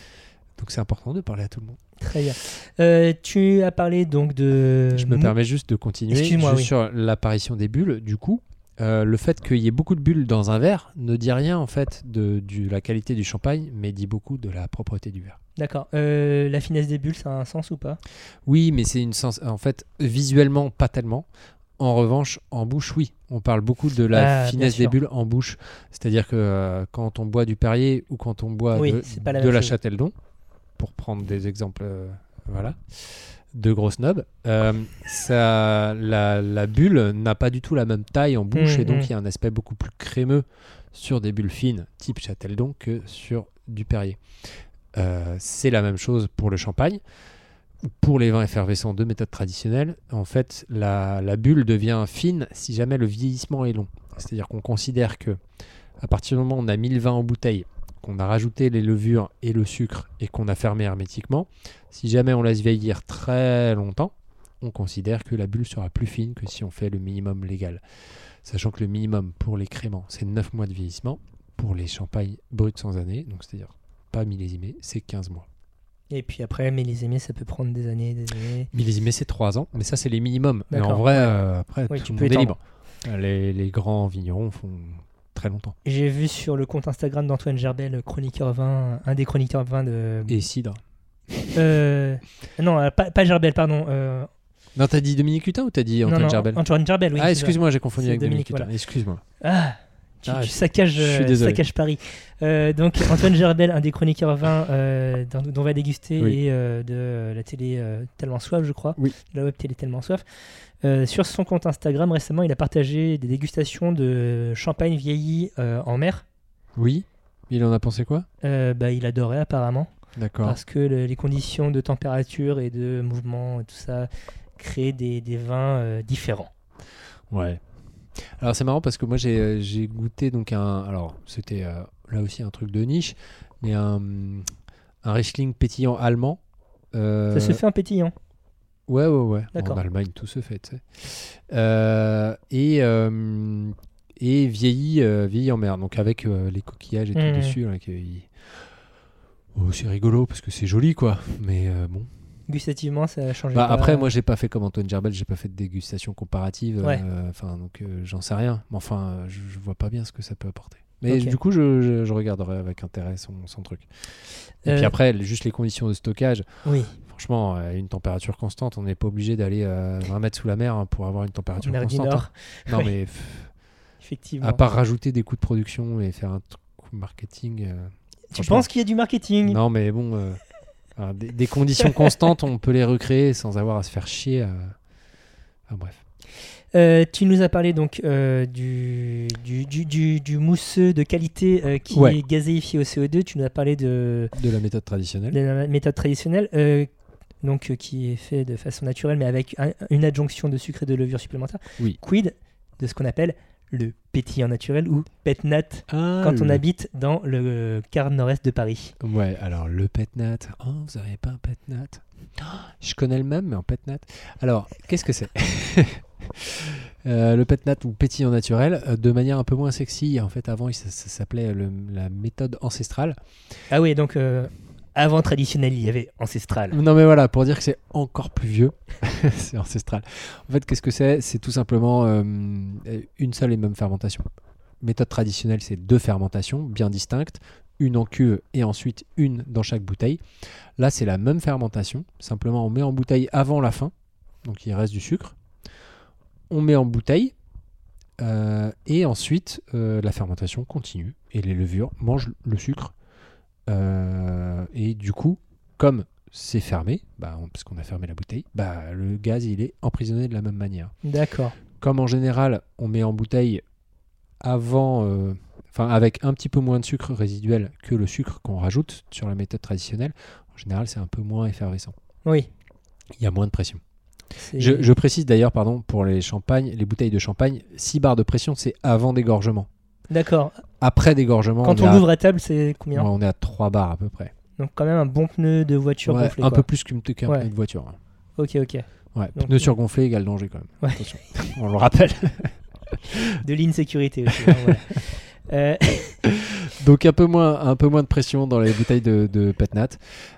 Donc c'est important de parler à tout le monde. Très bien. Euh, tu as parlé donc de. Je me mou- permets juste de continuer Euh, Excuse-moi, juste oui. sur l'apparition des bulles. Du coup, euh, le fait qu'il y ait beaucoup de bulles dans un verre ne dit rien en fait de, du- la qualité du champagne, mais dit beaucoup de la propreté du verre. D'accord. Euh, la finesse des bulles, ça a un sens ou pas Oui, mais c'est une sens. En fait, visuellement, pas tellement. En revanche, en bouche, oui. On parle beaucoup de la Ah, bien finesse des sûr. bulles en bouche. C'est-à-dire que euh, quand on boit du Perrier ou quand on boit Oui, de, c'est pas la de même la chose. Châteldon, pour prendre des exemples, euh, voilà, de gros snobs, euh, ça, la, la bulle n'a pas du tout la même taille en bouche Mm, et donc mm. il y a un aspect beaucoup plus crémeux sur des bulles fines type Châteldon que sur du Perrier. Euh, c'est la même chose pour le champagne. Pour les vins effervescents de méthode traditionnelle, en fait, la, la bulle devient fine si jamais le vieillissement est long. C'est-à-dire qu'on considère que à partir du moment où on a mis le vin en bouteille, qu'on a rajouté les levures et le sucre et qu'on a fermé hermétiquement, si jamais on laisse vieillir très longtemps, on considère que la bulle sera plus fine que si on fait le minimum légal. Sachant que le minimum pour les créments, c'est 9 mois de vieillissement. Pour les champagnes brutes sans année, donc c'est-à-dire pas millésimés, c'est 15 mois. Et puis après, mais les aimer, ça peut prendre des années, des années. Millésimés, c'est 3 ans, mais ça, c'est les minimums. Mais en D'accord, vrai, ouais. euh, après, Oui, tout tu le peux monde est libre. étendre. Les, les grands vignerons font très longtemps. J'ai vu sur le compte Instagram d'Antoine Gerbel, le chroniqueur vin, un des chroniqueurs vin de. Et cidre. Euh, non, euh, pas, pas Gerbel, pardon. euh, Non, t'as dit Dominique Hutin ou t'as dit non, Antoine non, Gerbel Antoine Gerbel, oui. Ah, c'est excuse-moi, j'ai confondu C'est avec Dominique, Dominique, Hutin. voilà. Excuse-moi. Ah, tu, Ah, tu je- saccages, je suis euh, désolé. saccages Paris. Euh, donc Antoine Gerbel, un des chroniqueurs vin euh, d'un- dont on va déguster Oui. et euh, de euh, la télé euh, Tellement Soif, je crois, Oui. de la web télé Tellement Soif. Euh, sur son compte Instagram récemment, il a partagé des dégustations de champagne vieilli euh, en mer. Oui Il en a pensé quoi Euh, bah, il adorait apparemment D'accord. parce que le- les conditions de température et de mouvement et tout ça créent des, des vins euh, différents. Ouais. Alors c'est marrant parce que moi j'ai euh, j'ai goûté donc un... Alors c'était euh, là aussi un truc de niche, mais un, un Riesling pétillant allemand. euh, Ça se fait en hein. pétillant. Ouais, ouais, ouais. En D'accord. Allemagne, tout se fait, tu sais. Euh, et, euh, et vieilli, euh, vieilli en mer, donc avec euh, les coquillages et Mhm. tout dessus. là, qui- Oh, c'est rigolo parce que c'est joli, quoi. Mais euh, bon. Gustativement, ça a changé. Bah, pas- Après, moi, j'ai pas fait comme Antoine Gerbel, j'ai pas fait de dégustation comparative. Ouais. euh, Enfin, donc euh, j'en sais rien. Mais enfin, euh, je, je vois pas bien ce que ça peut apporter. Mais Ok. du coup, je, je- je regarderai avec intérêt son, son truc. Et puis Euh, après, les- juste les conditions de stockage. oui. Franchement, à une température constante, on n'est pas obligé d'aller euh, 20 mètres sous la mer hein, pour avoir une température Mer du constante. Nord, hein. Non, Oui. mais pff, effectivement. à part rajouter des coûts de production et faire un truc marketing. euh, tu franchement, penses qu'il y a du marketing Non, mais bon, euh, enfin, des, des conditions constantes, on peut les recréer sans avoir à se faire chier. à- Enfin, bref. Euh, Tu nous as parlé donc euh, du, du, du, du- du mousseux de qualité euh, qui Ouais. est gazéifié au CO2. Tu nous as parlé de, De la méthode traditionnelle. de la méthode traditionnelle. euh, donc, euh, qui est fait de façon naturelle, mais avec un- une adjonction de sucre et de levure supplémentaire. Oui. Quid de ce qu'on appelle le pétillant naturel ou pet nat Ah, quand on le- habite dans le euh, quart nord-est de Paris. Ouais, alors le petnat. Oh, vous n'avez pas un petnat Oh, Je connais le même, mais en petnat. Alors, qu'est-ce que c'est Euh, le petnat ou pétillant naturel, euh, de manière un peu moins sexy. En fait, avant, il s- ça s'appelait le- la méthode ancestrale. Ah oui, donc euh, avant traditionnel, il y avait ancestral. Non, mais voilà, pour dire que c'est encore plus vieux, c'est ancestral. En fait, qu'est-ce que c'est C'est tout simplement euh, une seule et même fermentation. Méthode traditionnelle, c'est deux fermentations bien distinctes, une en cuve et ensuite une dans chaque bouteille. Là, c'est la même fermentation, simplement on met en bouteille avant la fin, donc il reste du sucre. On met en bouteille euh, et ensuite euh, la fermentation continue et les levures mangent le sucre. Euh, et du coup, comme c'est fermé, bah, on- parce qu'on a fermé la bouteille, bah, le gaz il est emprisonné de la même manière. D'accord. Comme en général, on met en bouteille avant, euh, enfin avec un petit peu moins de sucre résiduel que le sucre qu'on rajoute sur la méthode traditionnelle, en général c'est un peu moins effervescent. Oui. Il y a moins de pression. c'est- Je, je précise d'ailleurs, pardon, pour les champagnes, les bouteilles de champagne, 6 barres de pression c'est avant dégorgement. D'accord. Après dégorgement, Quand on, on est l'ouvre à table, c'est à, combien ouais, on est à 3 barres à peu près. Donc quand même un bon pneu de voiture Ouais, gonflé. un quoi. peu plus qu'une qu'un Ouais. pneu de voiture. hein. Ok, ok. Ouais, Donc, pneu euh, surgonflé égale danger quand même. Ouais. Attention, on le rappelle. De l'insécurité aussi. hein, voilà. Euh, Donc un peu moins, un peu moins de pression dans les bouteilles de, de Petnat.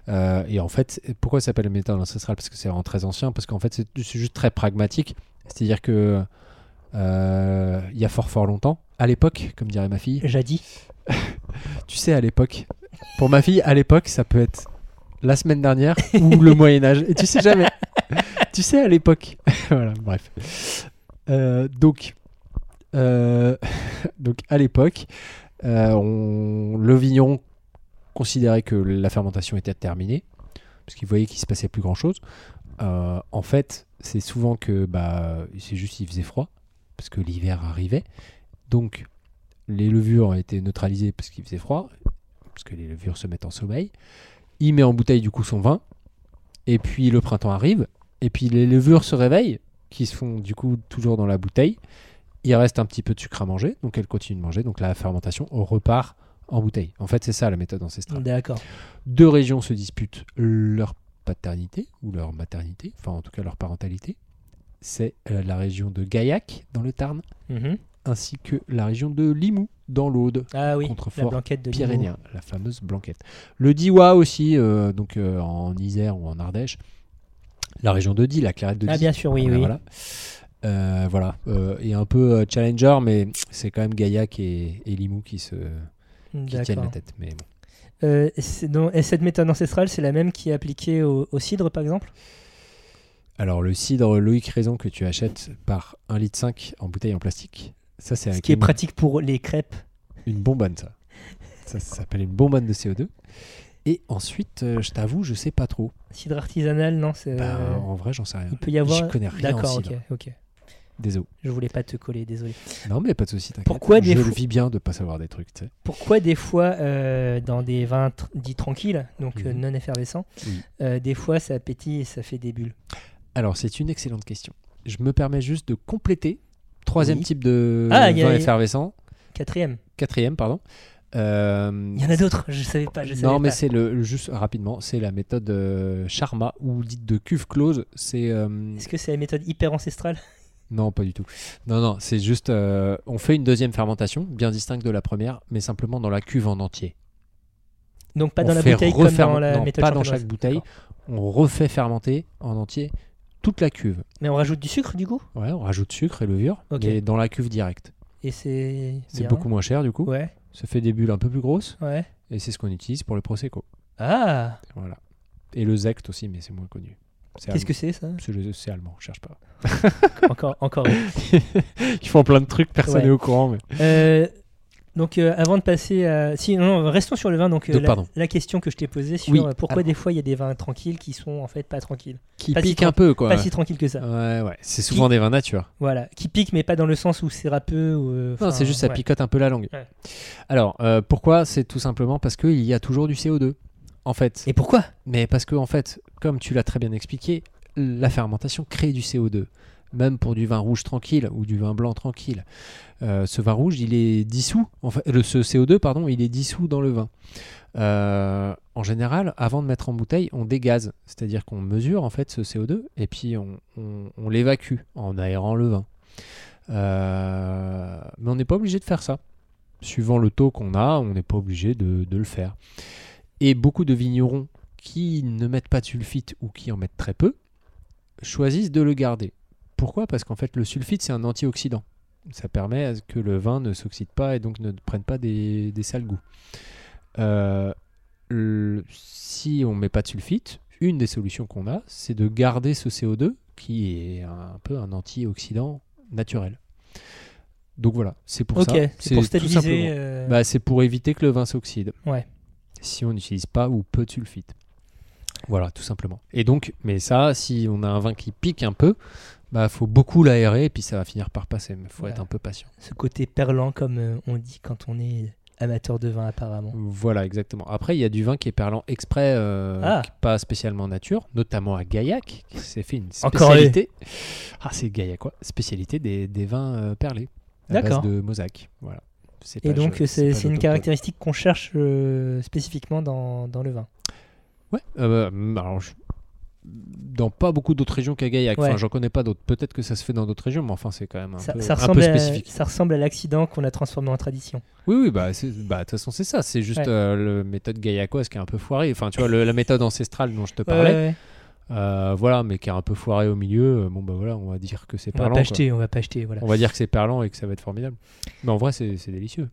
Euh, et en fait, pourquoi ça s'appelle le métal ancestral Parce que c'est en très ancien, parce qu'en fait c'est c'est juste très pragmatique. C'est-à-dire que euh, il y a fort fort longtemps, à l'époque, comme dirait ma fille, Jadis. tu sais à l'époque, pour ma fille à l'époque ça peut être la semaine dernière ou le Moyen Âge. Et tu sais jamais. tu sais à l'époque. voilà, bref. Euh, donc, euh, donc à l'époque, euh, on, le vigneron considérait que la fermentation était terminée, parce qu'il voyait qu'il se passait plus grand chose. en fait, c'est souvent que bah, c'est juste qu'il faisait froid, parce que l'hiver arrivait. Donc, les levures ont été neutralisées parce qu'il faisait froid, parce que les levures se mettent en sommeil. Il met en bouteille du coup son vin, et puis le printemps arrive, et puis les levures se réveillent, qui se font du coup toujours dans la bouteille. Il reste un petit peu de sucre à manger, donc elle continue de manger. Donc la fermentation, on repart en bouteille. En fait, c'est ça la méthode ancestrale. D'accord. Deux régions se disputent leur paternité ou leur maternité, enfin en tout cas leur parentalité. C'est euh, la région de Gaillac dans le Tarn, Mhm. ainsi que la région de Limoux dans l'Aude Ah oui, la Contrefort blanquette de pyrénéen, la fameuse blanquette. Le Diwa aussi, euh, donc euh, en Isère ou en Ardèche. La région de Die, la clarette de Limoux. Ah Die. bien sûr, oui, Voilà, oui. Voilà. Euh, voilà. Euh, et un peu euh, challenger, mais c'est quand même Gaillac et, et Limoux qui se qui tiennent la D'accord. tête. Mais bon. Euh, c'est donc- et cette méthode ancestrale, c'est la même qui est appliquée au, au cidre, par exemple Alors le cidre Loïc Raison que tu achètes par 1,5 litre en bouteille en plastique, ça c'est Ce avec qui est une- pratique pour les crêpes. une bonbonne ça. Ça, ça s'appelle une bonbonne de CO2. Et ensuite, euh, je t'avoue, je sais pas trop. Cidre artisanal, non c'est, Ben, euh, en vrai, j'en sais rien. Il peut y avoir. J'y connais rien en D'accord, ok, cidre. ok. Désolé. Je voulais pas te coller, désolé. Non, mais pas de soucis, t'inquiète. Pourquoi Je des le fous- vis bien de pas savoir des trucs, tu sais. Pourquoi des fois, euh, dans des vins tr- dits tranquilles, donc euh, Mhm. non effervescents, Oui. euh, des fois ça pétille et ça fait des bulles Alors, c'est une excellente question. Je me permets juste de compléter. Troisième Oui. type de Ah, y a- vin effervescent. Quatrième. Quatrième, pardon. Euh, Il y en a d'autres, je savais pas. Je savais non, mais pas. c'est le juste rapidement, c'est la méthode euh, Sharma ou dite de cuve close. C'est euh, Est-ce que c'est la méthode hyper ancestrale non, pas du tout. Non, non, c'est juste euh, on fait une deuxième fermentation bien distincte de la première, mais simplement dans la cuve en entier. Donc pas On dans la fait bouteille comme dans refermen- la non, méthode pas dans champenoise. chaque bouteille. D'accord. On refait fermenter en entier toute la cuve. Mais on rajoute du sucre du coup Ouais, on rajoute sucre et levure, Ok. mais dans la cuve directe. Et c'est. C'est bien. beaucoup moins cher du coup. Ouais, Ça fait des bulles un peu plus grosses ouais. et c'est ce qu'on utilise pour le prosecco. Ah Voilà. Et le zect aussi, mais c'est moins connu. C'est Qu'est-ce allemand. que c'est ça C'est le- c'est allemand, je cherche pas. Encore, encore. une. Ils font plein de trucs, personne Ouais. n'est au courant. mais- Euh, donc euh, avant de passer à. Si, non, non, restons sur le vin. Donc, euh, Donc, la, pardon. la question que je t'ai posée sur Oui, euh, pourquoi alors. des fois il y a des vins tranquilles qui sont en fait pas tranquilles. Qui Pas si piquent tran- un peu, quoi. Pas si tranquilles que ça. Ouais, ouais. C'est souvent des vins nature. Voilà. Qui piquent mais pas dans le sens où c'est râpeux. Ou, euh, Non, enfin, c'est juste ça ouais. picote un peu la langue. Ouais. Alors, euh, pourquoi C'est tout simplement parce qu'il y a toujours du CO2. En fait, Et pourquoi Mais parce que, en fait, comme tu l'as très bien expliqué, la fermentation crée du CO2. Même pour du vin rouge tranquille ou du vin blanc tranquille. Euh, ce vin rouge, il est dissous. En fait, le, ce CO2, pardon, il est dissous dans le vin. Euh, en général, avant de mettre en bouteille, on dégaze. C'est-à-dire qu'on mesure, en fait, ce CO2 et puis on, on- on l'évacue en aérant le vin. Euh, mais on n'est pas obligé de faire ça. Suivant le taux qu'on a, on n'est pas obligé de- de le faire. Et beaucoup de vignerons qui ne mettent pas de sulfite ou qui en mettent très peu choisissent de le garder. Pourquoi Parce qu'en fait, le sulfite, c'est un antioxydant. Ça permet à ce que le vin ne s'oxyde pas et donc ne prenne pas des, des sales goûts. Euh, le- si on ne met pas de sulfite, une des solutions qu'on a, c'est de garder ce CO2 qui est un peu un antioxydant naturel. Donc voilà, c'est pour Ok, ça. c'est pour tout simplement. stabiliser. euh, Bah, c'est pour éviter que le vin s'oxyde. Ouais. Si on n'utilise pas ou peu de sulfite. Voilà, tout simplement. Et donc, mais ça, si on a un vin qui pique un peu, bah faut beaucoup l'aérer et puis ça va finir par passer. Mais faut Ouais. être un peu patient. Ce côté perlant, comme euh, on dit quand on est amateur de vin, apparemment. Voilà, exactement. Après, il y a du vin qui est perlant exprès, euh, Ah. qui est pas spécialement nature, notamment à Gaillac, qui s'est fait une Encore lui. spécialité. Ah, c'est Gaillac, quoi. Spécialité des, des vins euh, perlés. à base D'accord. De mosaque. Voilà. euh, C'est Et pas- donc, je- c'est pas c'est une j'auto-prod. caractéristique qu'on cherche euh, spécifiquement dans, dans le vin. Ouais, euh, bah, alors je- dans pas beaucoup d'autres régions qu'à Gaillac. Ouais. Enfin, j'en connais pas d'autres. Peut-être que ça se fait dans d'autres régions, mais enfin, c'est quand même un, Ça, peu, ça un peu ressemble à- spécifique. ça ressemble à l'accident qu'on a transformé en tradition. Oui, oui, bah c'est- bah, de toute façon, c'est ça. C'est juste Ouais. euh, la méthode gaillacoise qui est un peu foirée. Enfin, tu vois, le- la méthode ancestrale dont je te parlais, Ouais, ouais. euh, voilà, mais qui est un peu foirée au milieu. Euh, Bon, bah voilà, on va dire que c'est On va parlant. pas quoi. acheter, on va pas acheter, voilà. On va dire que c'est parlant et que ça va être formidable. Mais en vrai, c'est c'est délicieux.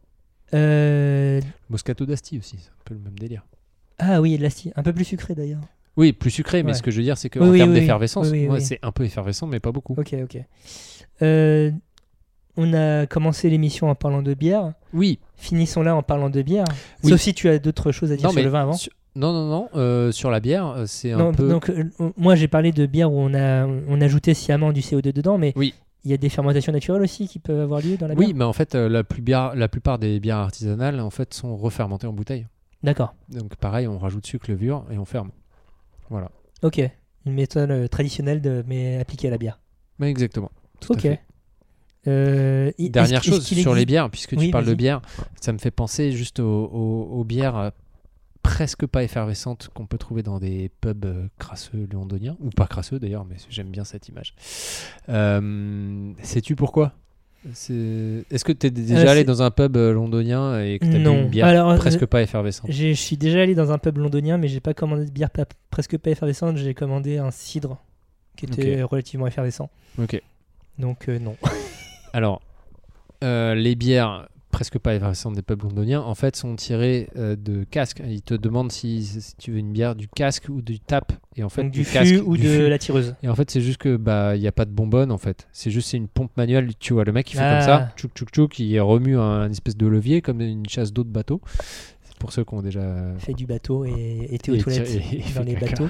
Euh, Moscato d'Asti aussi, c'est un peu le même délire. Ah oui, l'asti, un peu plus sucré d'ailleurs. Oui, plus sucré, mais Ouais. ce que je veux dire, c'est qu'en Oui, oui, termes oui. d'effervescence, Oui, oui, ouais, oui. c'est un peu effervescent, mais pas beaucoup. Ok, ok. Euh, on a commencé l'émission en parlant de bière. Oui, Finissons là en parlant de bière. Oui. Sauf si tu as d'autres choses à dire non, sur mais le vin avant. sur- non, non, non, euh, sur la bière, euh, c'est un Non, peu. donc euh, on- moi j'ai parlé de bière où on a on ajoutait sciemment du CO2 dedans, mais Oui. il y a des fermentations naturelles aussi qui peuvent avoir lieu dans la bière. oui, mais en fait, euh, la, plus bière- la plupart des bières artisanales en fait, sont refermentées en bouteille. D'accord. Donc pareil, on rajoute sucre, levure et on ferme. Voilà. Ok. Une méthode euh, traditionnelle de, mais appliquée à la bière. Mais exactement. Tout à ok. fait. Euh, i- Dernière est-ce qu'il- chose est-ce qu'il sur les existe- bières, puisque Oui, tu parles de vas-y. bière, ça me fait penser juste aux, aux- aux bières euh, presque pas effervescentes qu'on peut trouver dans des pubs euh, crasseux londoniens, ou pas crasseux d'ailleurs, mais j'aime bien cette image. Euh, Sais-tu pourquoi C'est- Est-ce que tu es déjà Euh, allé c'est- dans dans un pub londonien et que tu as Non. une bière Alors, euh, presque pas effervescente j'ai- je suis déjà allé dans un pub londonien, mais j'ai pas commandé de bière pas- presque pas effervescente. J'ai commandé un cidre qui était relativement effervescent. Ok. Donc euh, non. Alors, euh, les bières presque pas effervescentes des pubs londoniens, en fait, sont tirées euh, de casques. Ils te demandent si, si tu veux une bière du casque ou du tap. Et en fait, Donc du, fût casque ou du de fût. la tireuse. Et en fait, c'est juste que bah il y a pas de bonbonne en fait. C'est juste c'est une pompe manuelle. Tu vois le mec qui fait Ah. comme ça, tchouk tchouk tchouk, il remue un, un espèce de levier comme une chasse d'eau de bateau. C'est Pour ceux qui ont déjà Fait du bateau et était aux Ah. Et toilettes tire- et- et dans fait les caca. bateaux.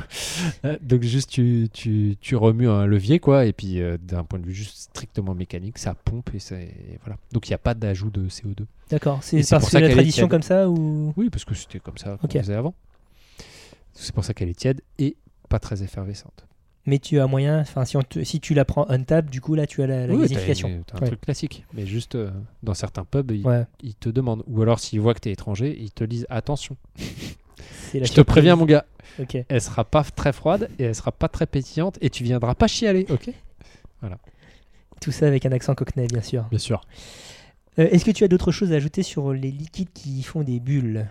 Euh, Donc juste tu, tu, tu remues un levier quoi et puis euh, d'un point de vue juste strictement mécanique ça pompe et c'est et voilà donc il n'y a pas d'ajout de CO2. D'accord, Et c'est c'est parce pour que ça la qu'elle est tradition tiède. comme ça ou Oui parce que c'était comme ça qu'on Ok. faisait avant. C'est pour ça qu'elle est tiède et pas très effervescente. mais tu as moyen enfin si, on te- si tu la prends on tap du coup là tu as la, la Oui, t'as gasification. une- t'as un Ouais. truc classique mais juste euh, dans certains pubs ils, Ouais, ils te demandent ou alors s'ils voient que t'es étranger ils te disent attention. c'est la Je te surprise. préviens mon gars OK. elle sera pas très froide et elle sera pas très pétillante et tu viendras pas chialer ok Tout ça avec un accent cockney bien sûr. bien sûr. Euh, est-ce que tu as d'autres choses à ajouter sur les liquides qui font des bulles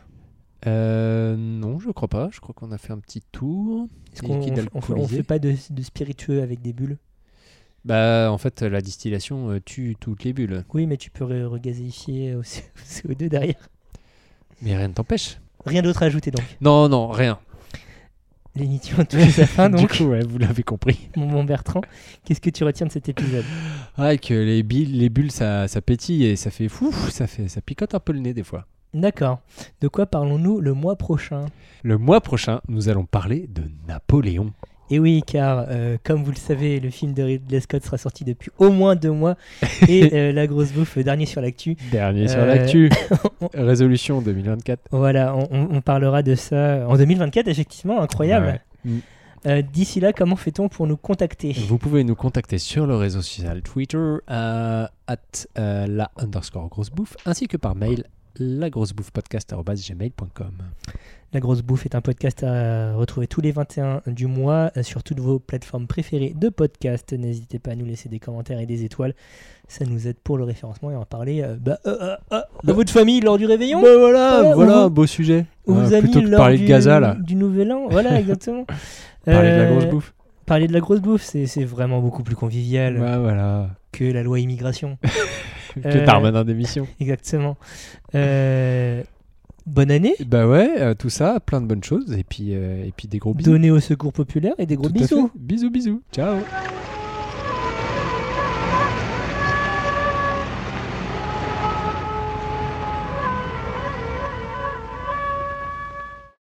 Euh, non, je crois pas. Je crois qu'on a fait un petit tour. Est-ce Des qu'on on, liquides fait- on fait- on alcoolisés. fait pas de, de spiritueux avec des bulles Bah, en fait, la distillation euh, tue toutes les bulles. Oui, mais tu peux re- regazéifier au C- au CO2 derrière. Mais rien ne t'empêche. Rien d'autre à ajouter donc. Non, non, rien. L'émission touche à sa fin du donc coup, ouais, vous l'avez compris. mon bon Bertrand, qu'est-ce que tu retiens de cet épisode Ouais, Ah, que les bulles, les bulles ça, ça pétille et ça fait fou, ça, fait, ça picote un peu le nez des fois. D'accord. De quoi parlons-nous le mois prochain Le mois prochain, nous allons parler de Napoléon. Et Eh oui, car euh, comme vous le savez, le film de Ridley Scott sera sorti depuis au moins deux mois et euh, La Grosse Bouffe, euh, dernier sur l'actu. Dernier sur Euh, l'actu. Résolution 2024. Voilà, on, on- on parlera de ça euh, en 2024, effectivement, incroyable. Ouais. Mm. Euh, D'ici là, comment fait-on pour nous contacter Vous pouvez nous contacter sur le réseau social Twitter à la underscore grosse bouffe ainsi que par mail la grosse bouffe La Grosse Bouffe est un podcast à retrouver tous les 21 du mois euh, sur toutes vos plateformes préférées de podcast. N'hésitez pas à nous laisser des commentaires et des étoiles. Ça nous aide pour le référencement et en parler euh, bah, euh, euh, euh, à Bah. votre famille lors du réveillon. voilà, Ah, voilà ou- un beau sujet. Ou Ah, vos amis plutôt que lors parler du, de Gaza là, du nouvel an. Voilà, exactement. parler de la Euh, grosse bouffe. Parler de la grosse bouffe, c'est c'est vraiment beaucoup plus convivial Ouais, voilà. que la loi immigration. Que Euh, Darmanin d'émission. exactement. Euh, bonne année. Bah ouais, euh, tout ça, plein de bonnes choses et puis euh, et puis des gros bisous. Donnez au secours populaire et des gros Tout à bisous. fait. Bisous bisous. Ciao.